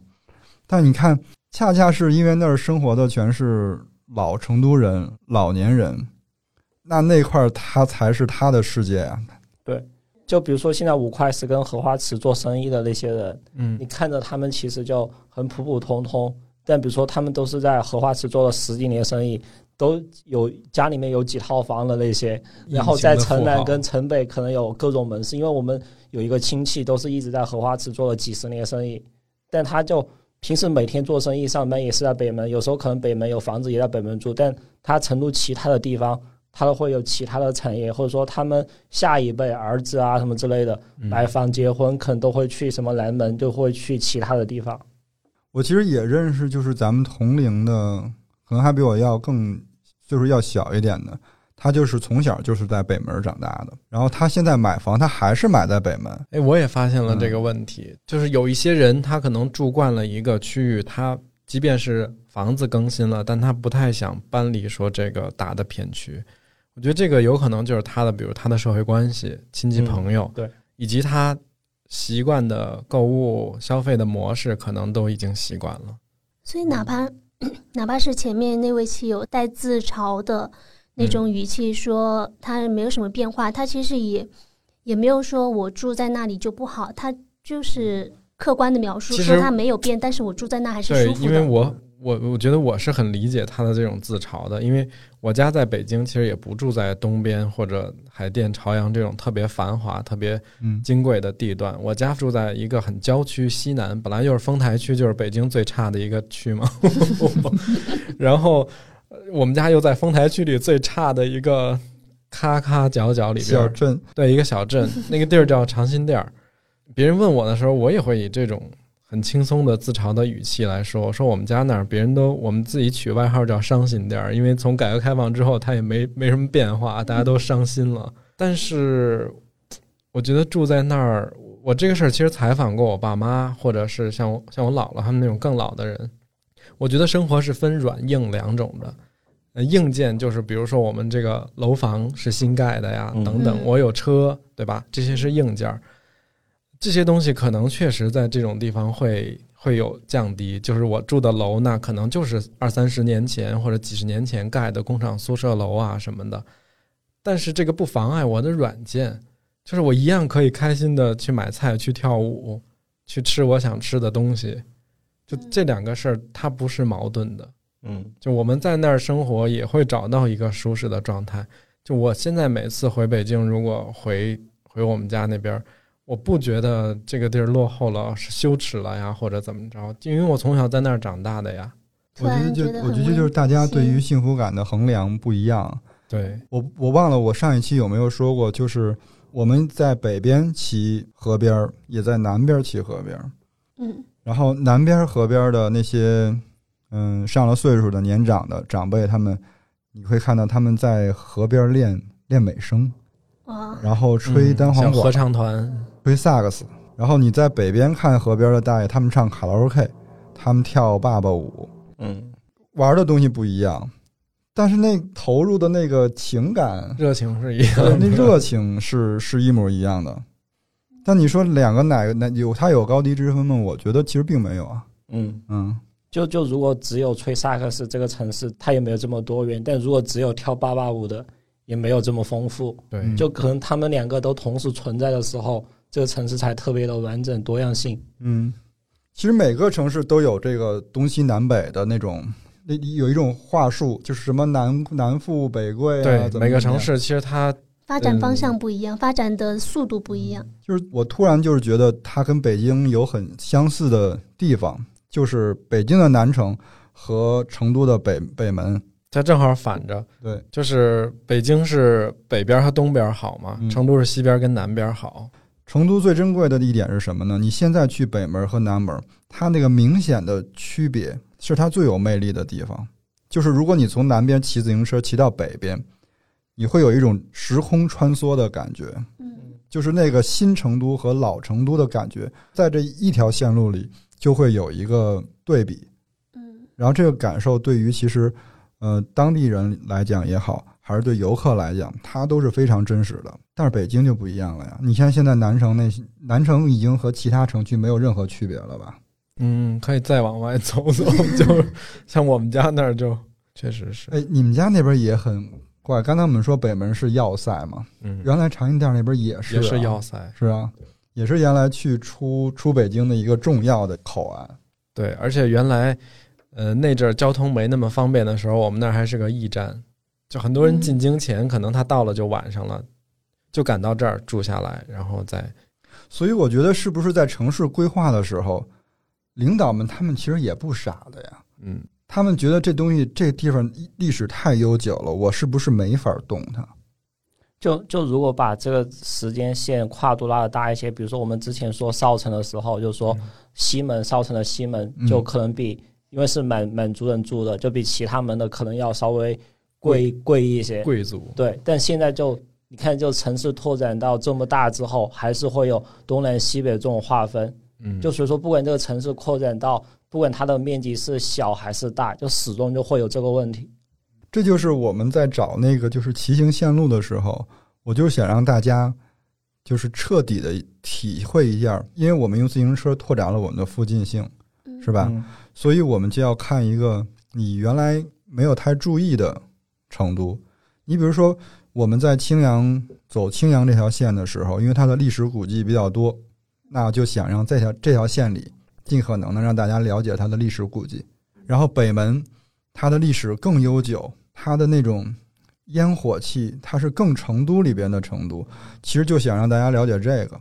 S2: 但你看，恰恰是因为那儿生活的全是老成都人、老年人，那那块儿他才是他的世界啊。
S3: 就比如说现在五块石跟荷花池做生意的那些人，
S1: 嗯
S3: 你看着他们其实就很普普通通，但比如说他们都是在荷花池做了十几年生意，都有家里面有几套房的那些，然后在城南跟城北可能有各种门市，因为我们有一个亲戚都是一直在荷花池做了几十年生意，但他就平时每天做生意上班也是在北门，有时候可能北门有房子也在北门住，但他成都其他的地方。他都会有其他的产业，或者说他们下一辈儿子啊什么之类的，买房结婚可能都会去什么南门，就会去其他的地方。
S2: 我其实也认识，就是咱们同龄的，可能还比我要更，就是要小一点的。他就是从小就是在北门长大的，然后他现在买房，他还是买在北门。
S1: 哎，我也发现了
S3: 嗯
S1: 这个问题，就是有一些人他可能住惯了一个区域，他即便是房子更新了，但他不太想搬离说这个大的片区。我觉得这个有可能就是他的，比如他的社会关系、亲戚
S3: 嗯
S1: 朋友，
S3: 对，
S1: 以及他习惯的购物消费的模式，可能都已经习惯了。
S4: 所以哪怕 哪怕是前面那位棋友带自嘲的那
S2: 嗯
S4: 种语气说他没有什么变化，他其实也也没有说我住在那里就不好，他就是
S2: 嗯
S4: 客观的描述
S1: 其
S4: 说
S1: 实
S4: 他没有变，但是我住在那还是
S1: 对
S4: 舒，服
S1: 因为
S4: 的。
S1: 我
S3: 嗯
S1: 我我觉得我是很理解他的这种自嘲的，因为我家在北京，其实也不住在东边或者海淀、朝阳这种特别繁华、特别
S2: 嗯，
S1: 金贵的地段。我家住在一个很郊区西南，本来就是丰台区，就是北京最差的一个区嘛。 然后呃我们家又在丰台区里最差的一个咔咔角角里边
S2: 小
S1: 儿，
S2: 镇
S1: 对，一个小 镇，那个地儿叫长辛店儿。别人问我的时候，我也会以这种很轻松的自嘲的语气来说：“我说我们家那儿，别人都我们自己取外号叫伤心店儿，因为从改革开放之后，它也没没什么变化，大家都伤心了。但是我觉得住在那儿，我这个事儿其实采访过我爸妈，或者是像我像我姥姥他们那种更老的人，我觉得生活是分软硬两种的。呃，硬件就是比如说我们这个楼房是新盖的呀，
S3: 嗯
S1: 等等
S4: 嗯，
S1: 我有车，对吧？这些是硬件儿，这些东西可能确实在这种地方会会有降低。就是我住的楼，那可能就是二三十年前或者几十年前盖的工厂宿舍楼啊什么的，但是这个不妨碍我的软件，就是我一样可以开心的去买菜、去跳舞、去吃我想吃的东西。就这两个事儿，它不是矛盾的。
S3: 嗯，
S1: 就我们在那儿生活，也会找到一个舒适的状态。就我现在每次回北京，如果回回我们家那边儿，我不觉得这个地儿落后了、是羞耻了呀，或者怎么着，因为我从小在那儿长大的呀。
S4: 突
S2: 我觉得
S4: 然
S2: 就
S4: 得
S2: 我觉
S4: 很
S2: 得就是
S4: 温
S2: 大家对于
S4: 馨
S2: 幸福感的衡量不一样。
S1: 对，
S2: 我我忘了我上一期有没有说过，就是我们在北边骑河边儿，也在南边骑河边儿。
S4: 嗯
S2: 然后南边河边的那些嗯上了岁数的年长的长辈，他们你会看到他们在河边练练美声，
S4: 哇，
S2: 然后吹单
S1: 嗯
S2: 簧
S1: 像合
S2: 管、
S1: 唱团，、
S2: 吹萨克斯。然后你在北边看河边的大爷，他们唱卡拉 OK，他们跳爸爸舞，
S3: 嗯，
S2: 玩的东西不一样，但是那投入的那个情感
S1: 热情是一样
S2: 对
S1: 的。
S2: 那热情是是一模一样的。但你说两个哪个哪有它有高低之分吗？我觉得其实并没有啊。
S3: 嗯，
S2: 嗯，
S3: 就就如果只有吹萨克斯这个城市，它也没有这么多元；但如果只有跳八八舞的，也没有这么丰富。
S1: 对，
S2: 嗯
S3: 就可能他们两个都同时存在的时候，这个城市才特别的完整多样性。
S2: 嗯，其实每个城市都有这个东西南北的那种那有一种话术，就是什么南南富北贵啊，
S1: 对
S2: 怎么
S1: 每个
S2: 怎
S1: 城
S2: 么样
S1: 市，其实它
S4: 发展方
S1: 嗯
S4: 向不一样，发展的速度不一样。
S2: 就是我突然就是觉得它跟北京有很相似的地方，就是北京的南城和成都的北北门。
S1: 它正好反着，
S2: 对，
S1: 就是北京是北边和东边好嘛，
S2: 嗯
S1: 成都是西边跟南边好。
S2: 成都最珍贵的一点是什么呢？你现在去北门和南门，它那个明显的区别是它最有魅力的地方。就是如果你从南边骑自行车骑到北边，你会有一种时空穿梭的感觉。
S4: 嗯，
S2: 就是那个新成都和老成都的感觉，在这一条线路里就会有一个对比，
S4: 嗯
S2: 然后这个感受对于其实，呃，当地人来讲也好，还是对游客来讲，它都是非常真实的。但是北京就不一样了呀，你看现在南城那些南城已经和其他城区没有任何区别了吧？
S1: 嗯，可以再往外走走，就 像我们家那儿就确实是，
S2: 哎，你们家那边也很怪，刚才我们说北门是要塞嘛，
S1: 嗯，
S2: 原来长辛店那边也是、啊，
S1: 也是要塞。
S2: 是啊，也是原来去出出北京的一个重要的口岸。
S1: 对，而且原来，呃，那阵儿交通没那么方便的时候，我们那儿还是个驿站，就很多人
S2: 嗯
S1: 进京前，可能他到了就晚上了，就赶到这儿住下来，然后再
S2: 所以我觉得是不是在城市规划的时候，领导们他们其实也不傻的呀，
S1: 嗯，
S2: 他们觉得这东西这地方历史太悠久了，我是不是没法动它？
S3: 就就如果把这个时间线跨度拉的大一些，比如说我们之前说少城的时候，就说西门少城的西门
S2: 嗯
S3: 就可能比、因为是满满族人住的，就比其他门的可能要稍微贵贵一些。
S1: 贵族，
S3: 对，但现在就你看，就城市拓展到这么大之后，还是会有东南西北这种划分。
S1: 嗯，
S3: 就所以说，不管这个城市扩展到，不管它的面积是小还是大，就始终就会有这个问题。
S2: 这就是我们在找那个就是骑行线路的时候，我就想让大家就是彻底的体会一下，因为我们用自行车拓展了我们的附近性，
S4: 嗯
S2: 是吧？
S1: 嗯
S2: 所以我们就要看一个你原来没有太注意的成都。你比如说，我们在青阳走青阳这条线的时候，因为它的历史古迹比较多，那就想让这条这条线里尽可能的让大家了解它的历史古迹。然后北门，它的历史更悠久，它的那种烟火气，它是更成都里边的成都。其实就想让大家了解这个。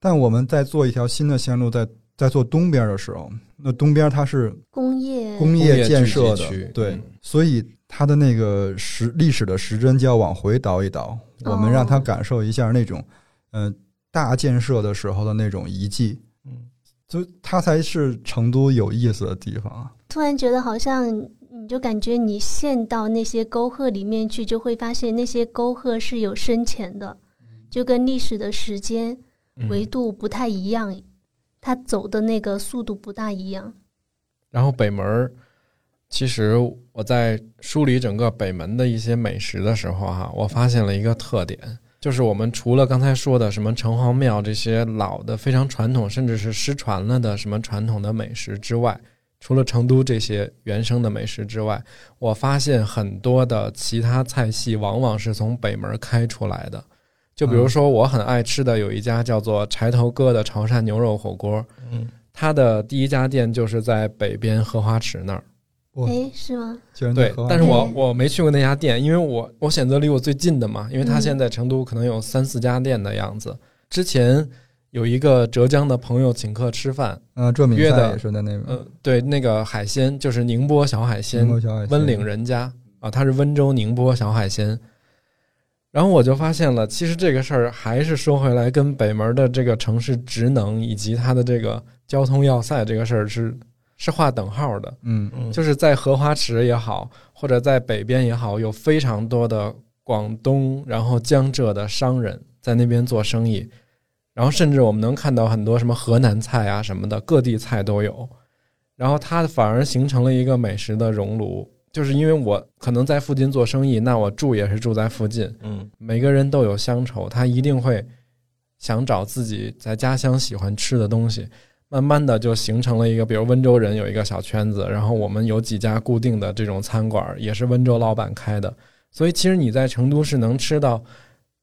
S2: 但我们在做一条新的线路，在在做东边的时候，那东边它是
S4: 工业
S2: 工业建设
S1: 工业聚集
S2: 的
S1: 区，
S2: 对
S1: 嗯，
S2: 所以它的那个时历史的时针就要往回倒一倒，我们
S4: 哦
S2: 让他感受一下那种，嗯、大建设的时候的那种遗迹，
S1: 嗯，
S2: 就它才是成都有意思的地方啊。
S4: 突然觉得好像你就感觉你陷到那些沟壑里面去，就会发现那些沟壑是有深浅的，
S2: 嗯
S4: 就跟历史的时间
S1: 嗯
S4: 维度不太一样，它走的那个速度不大一样。
S1: 然后北门儿，其实我在梳理整个北门的一些美食的时候哈、我发现了一个特点，就是我们除了刚才说的什么城隍庙这些老的非常传统，甚至是失传了的什么传统的美食之外，除了成都这些原生的美食之外，我发现很多的其他菜系往往是从北门开出来的。就比如说，我很爱吃的有一家叫做柴头哥的潮汕牛肉火锅，
S3: 嗯，
S1: 它的第一家店就是在北边荷花池那儿。
S2: 哇
S4: 哎，是吗？
S2: 既然在
S1: 对
S2: 河，岸
S1: 但是我
S4: 对
S1: 我没去过那家店，因为我我选择离我最近的嘛，因为它
S4: 嗯
S1: 现在成都可能有三四家店的样子。之前有一个浙江的朋友请客吃饭，
S2: 呃，浙闽
S1: 约
S2: 菜
S1: 的
S2: 也是在那边，
S1: 呃，对，那个海鲜就是宁波小海鲜
S2: 嗯宁，波小海鲜
S1: 温岭人家啊，他是温州、宁波小海鲜。然后我就发现了，其实这个事儿还是说回来，跟北门的这个城市职能以及它的这个交通要塞这个事儿是是划等号的。
S2: 嗯，
S1: 就是在荷花池也好，或者在北边也好，有非常多的广东然后江浙的商人在那边做生意，然后甚至我们能看到很多什么河南菜啊什么的，各地菜都有。然后它反而形成了一个美食的熔炉，就是因为我可能在附近做生意，那我住也是住在附近，
S3: 嗯，
S1: 每个人都有乡愁，他一定会想找自己在家乡喜欢吃的东西。慢慢的就形成了一个，比如温州人有一个小圈子，然后我们有几家固定的这种餐馆，也是温州老板开的。所以其实你在成都是能吃到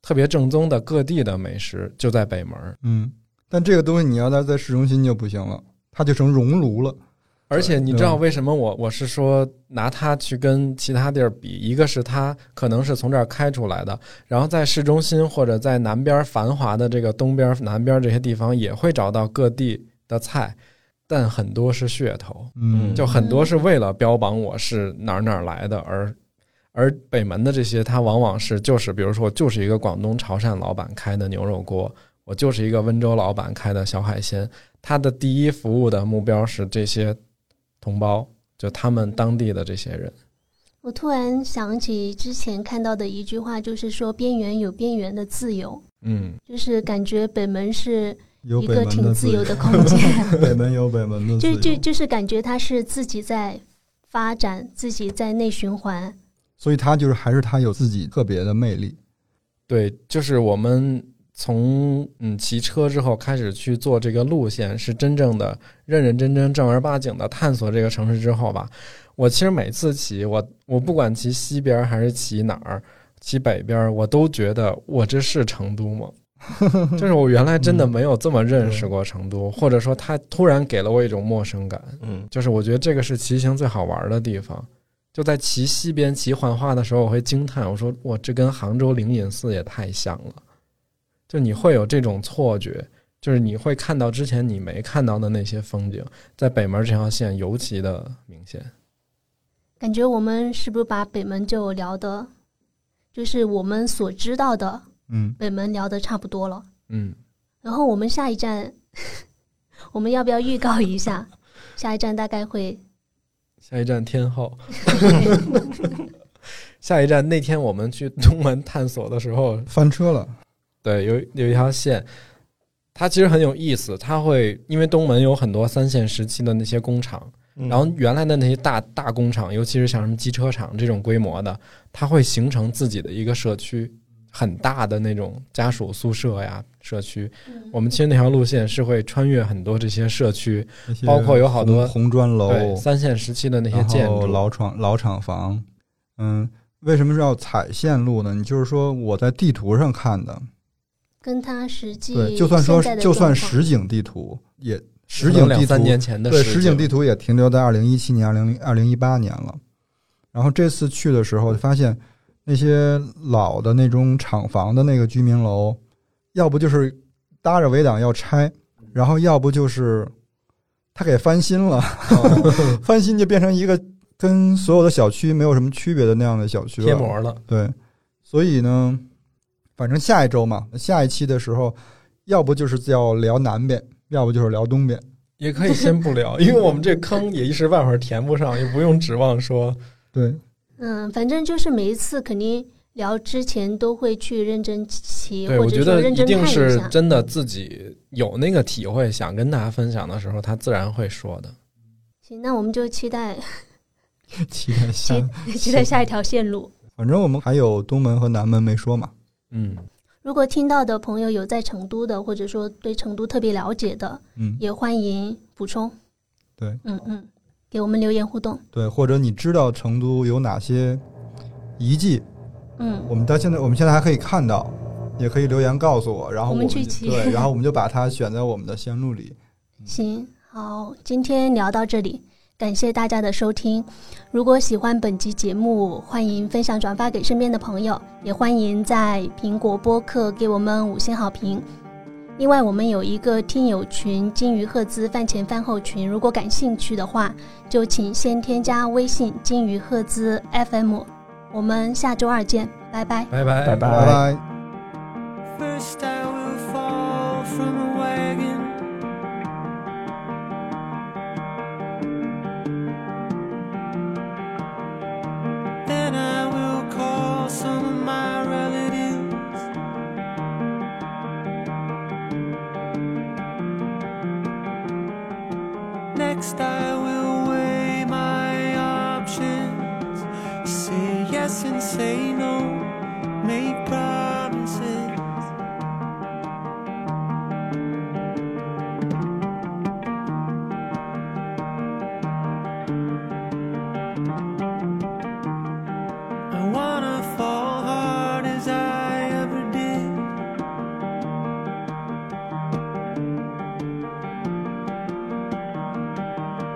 S1: 特别正宗的各地的美食，就在北门儿。
S2: 嗯，但这个东西你要在在市中心就不行了，它就成熔炉了。
S1: 而且你知道为什么我我是说拿它去跟其他地儿比？一个是它可能是从这儿开出来的，然后在市中心或者在南边繁华的这个东边、南边这些地方也会找到各地的菜，但很多是噱头，
S2: 嗯，
S1: 就很多是为了标榜我是哪儿哪儿来的而。而北门的这些，它往往是就是，比如说，我就是一个广东潮汕老板开的牛肉锅，我就是一个温州老板开的小海鲜。他的第一服务的目标是这些同胞，就他们当地的这些人。
S4: 我突然想起之前看到的一句话，就是说边缘有边缘的自由，
S1: 嗯，
S4: 就是感觉北门是
S2: 有
S4: 一
S2: 北
S4: 个
S2: 门的
S4: 挺自由
S2: 由
S4: 的空 间，
S2: 北门有北门的自
S4: 就
S2: 由，
S4: 就就是感觉它是自己在发展，自己在内循环。
S2: 所以它就是还是它有自己特别的魅力。
S1: 对，就是我们从嗯骑车之后开始去做这个路线，是真正的认认真真、正儿八经的探索这个城市之后吧。我其实每次骑，我我不管骑西边还是骑哪儿，骑北边，我都觉得我这是成都吗？ 就是我原来真的没有这么认识过成都，或者说它突然给了我一种陌生感。
S5: 嗯，
S1: 就是我觉得这个是骑行最好玩的地方。就在骑西边骑环化的时候，我会惊叹，我说哇，这跟杭州灵隐寺也太像了。就你会有这种错觉，就是你会看到之前你没看到的那些风景，在北门这条线尤其的明显。
S4: 感觉我们是不是把北门就聊的，就是我们所知道的
S2: 嗯，
S4: 北门聊的差不多了？
S1: 嗯，
S4: 然后我们下一站， 我们要不要预告一下？下一站大概会
S1: 下一站天后，下一站那天我们去东门探索的时候，
S2: 翻车了，
S1: 对，有有一条线，它其实很有意思，它会因为东门有很多三线时期的那些工厂。然后原来的那些大大工厂，尤其是像什么机车厂这种规模的，它会形成自己的一个社区，很大的那种家属宿舍呀社区。我们其实那条路线是会穿越很多这些社区，
S2: 那些
S1: 包括有好多
S2: 红红砖楼、
S1: 对三线时期的那些建
S2: 然后
S1: 筑。
S2: 老厂老厂房，嗯，为什么是要踩线路呢？你就是说我在地图上看的，
S4: 跟它实际
S2: 对，就算说
S4: 现在的
S2: 就算
S4: 状况
S2: 实景地图也实
S1: 可
S2: 景
S1: 能
S2: 地
S1: 两三
S2: 图
S1: 年前的
S2: 对，
S1: 实
S2: 实景地图也停留在二零一七年、二零二零一八年了。然后这次去的时候，发现那些老的那种厂房的那个居民楼，要不就是搭着围挡要拆，然后要不就是他给翻新了，
S1: 哦
S2: 翻新就变成一个跟所有的小区没有什么区别的那样的小区了
S1: 贴膜了，
S2: 对，所以呢，反正下一周嘛，下一期的时候，要不就是要聊南边，要不就是聊东边。
S1: 也可以先不 聊，因为我们这坑也一时半会儿填不上，也不用指望说
S2: 对，
S4: 嗯，反正就是每一次肯定聊之前都会去认真骑，
S1: 对，
S4: 或
S1: 我
S4: 者
S1: 觉
S4: 说
S1: 得
S4: 认
S1: 一
S4: 真看
S1: 定是
S4: 下。
S1: 真的自己有那个体会，想跟大家分享的时候，他自然会说的。
S4: 行，那我们就期待
S2: 期待下
S4: 期。期待下一条线路。
S2: 反正我们还有东门和南门没说嘛。
S1: 嗯，
S4: 如果听到的朋友有在成都的，或者说对成都特别了解的，
S2: 嗯，
S4: 也欢迎补充。
S2: 对
S4: 嗯嗯，给我们留言互动。
S2: 对，或者你知道成都有哪些遗迹？
S4: 嗯，
S2: 我们到现在，我们现在还可以看到，也可以留言告诉我，然后我
S4: 我们
S2: 们
S4: 去
S2: 就
S4: 骑
S2: 对，然后我们就把它选在我们的线路里。
S4: 行，好，今天聊到这里，感谢大家的收听。如果喜欢本集节目，欢迎分享转发给身边的朋友，也欢迎在苹果播客给我们五星好评。另外，我们有一个听友群“金鱼赫兹饭前饭后群”，如果感兴趣的话，就请先添加微信“金鱼赫兹 FM”。我们下周二见，拜拜。
S1: 拜拜，
S3: 拜拜
S2: 拜拜。
S6: First I will fall from a wagon Then I will call some of my relatives Next I will weigh my options Say yes and say no Make promises I wanna fall hard as I ever did.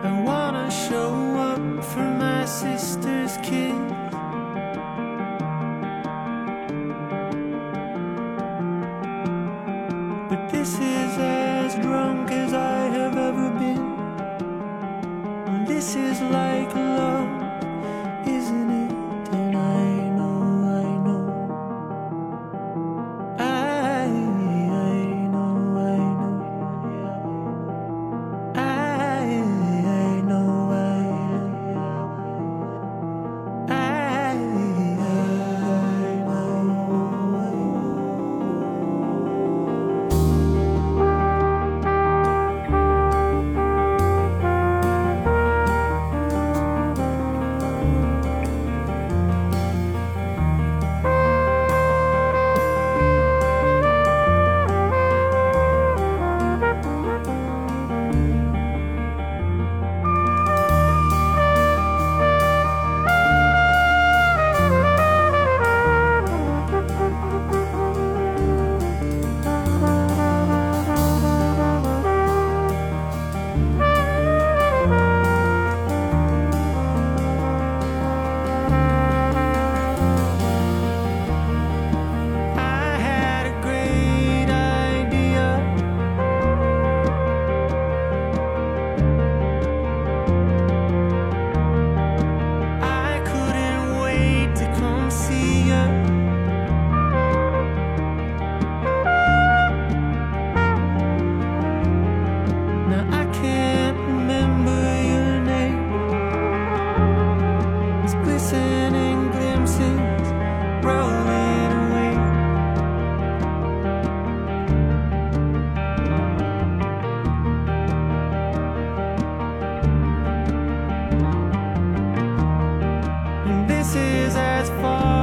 S6: I wanna as far Ah, Ah,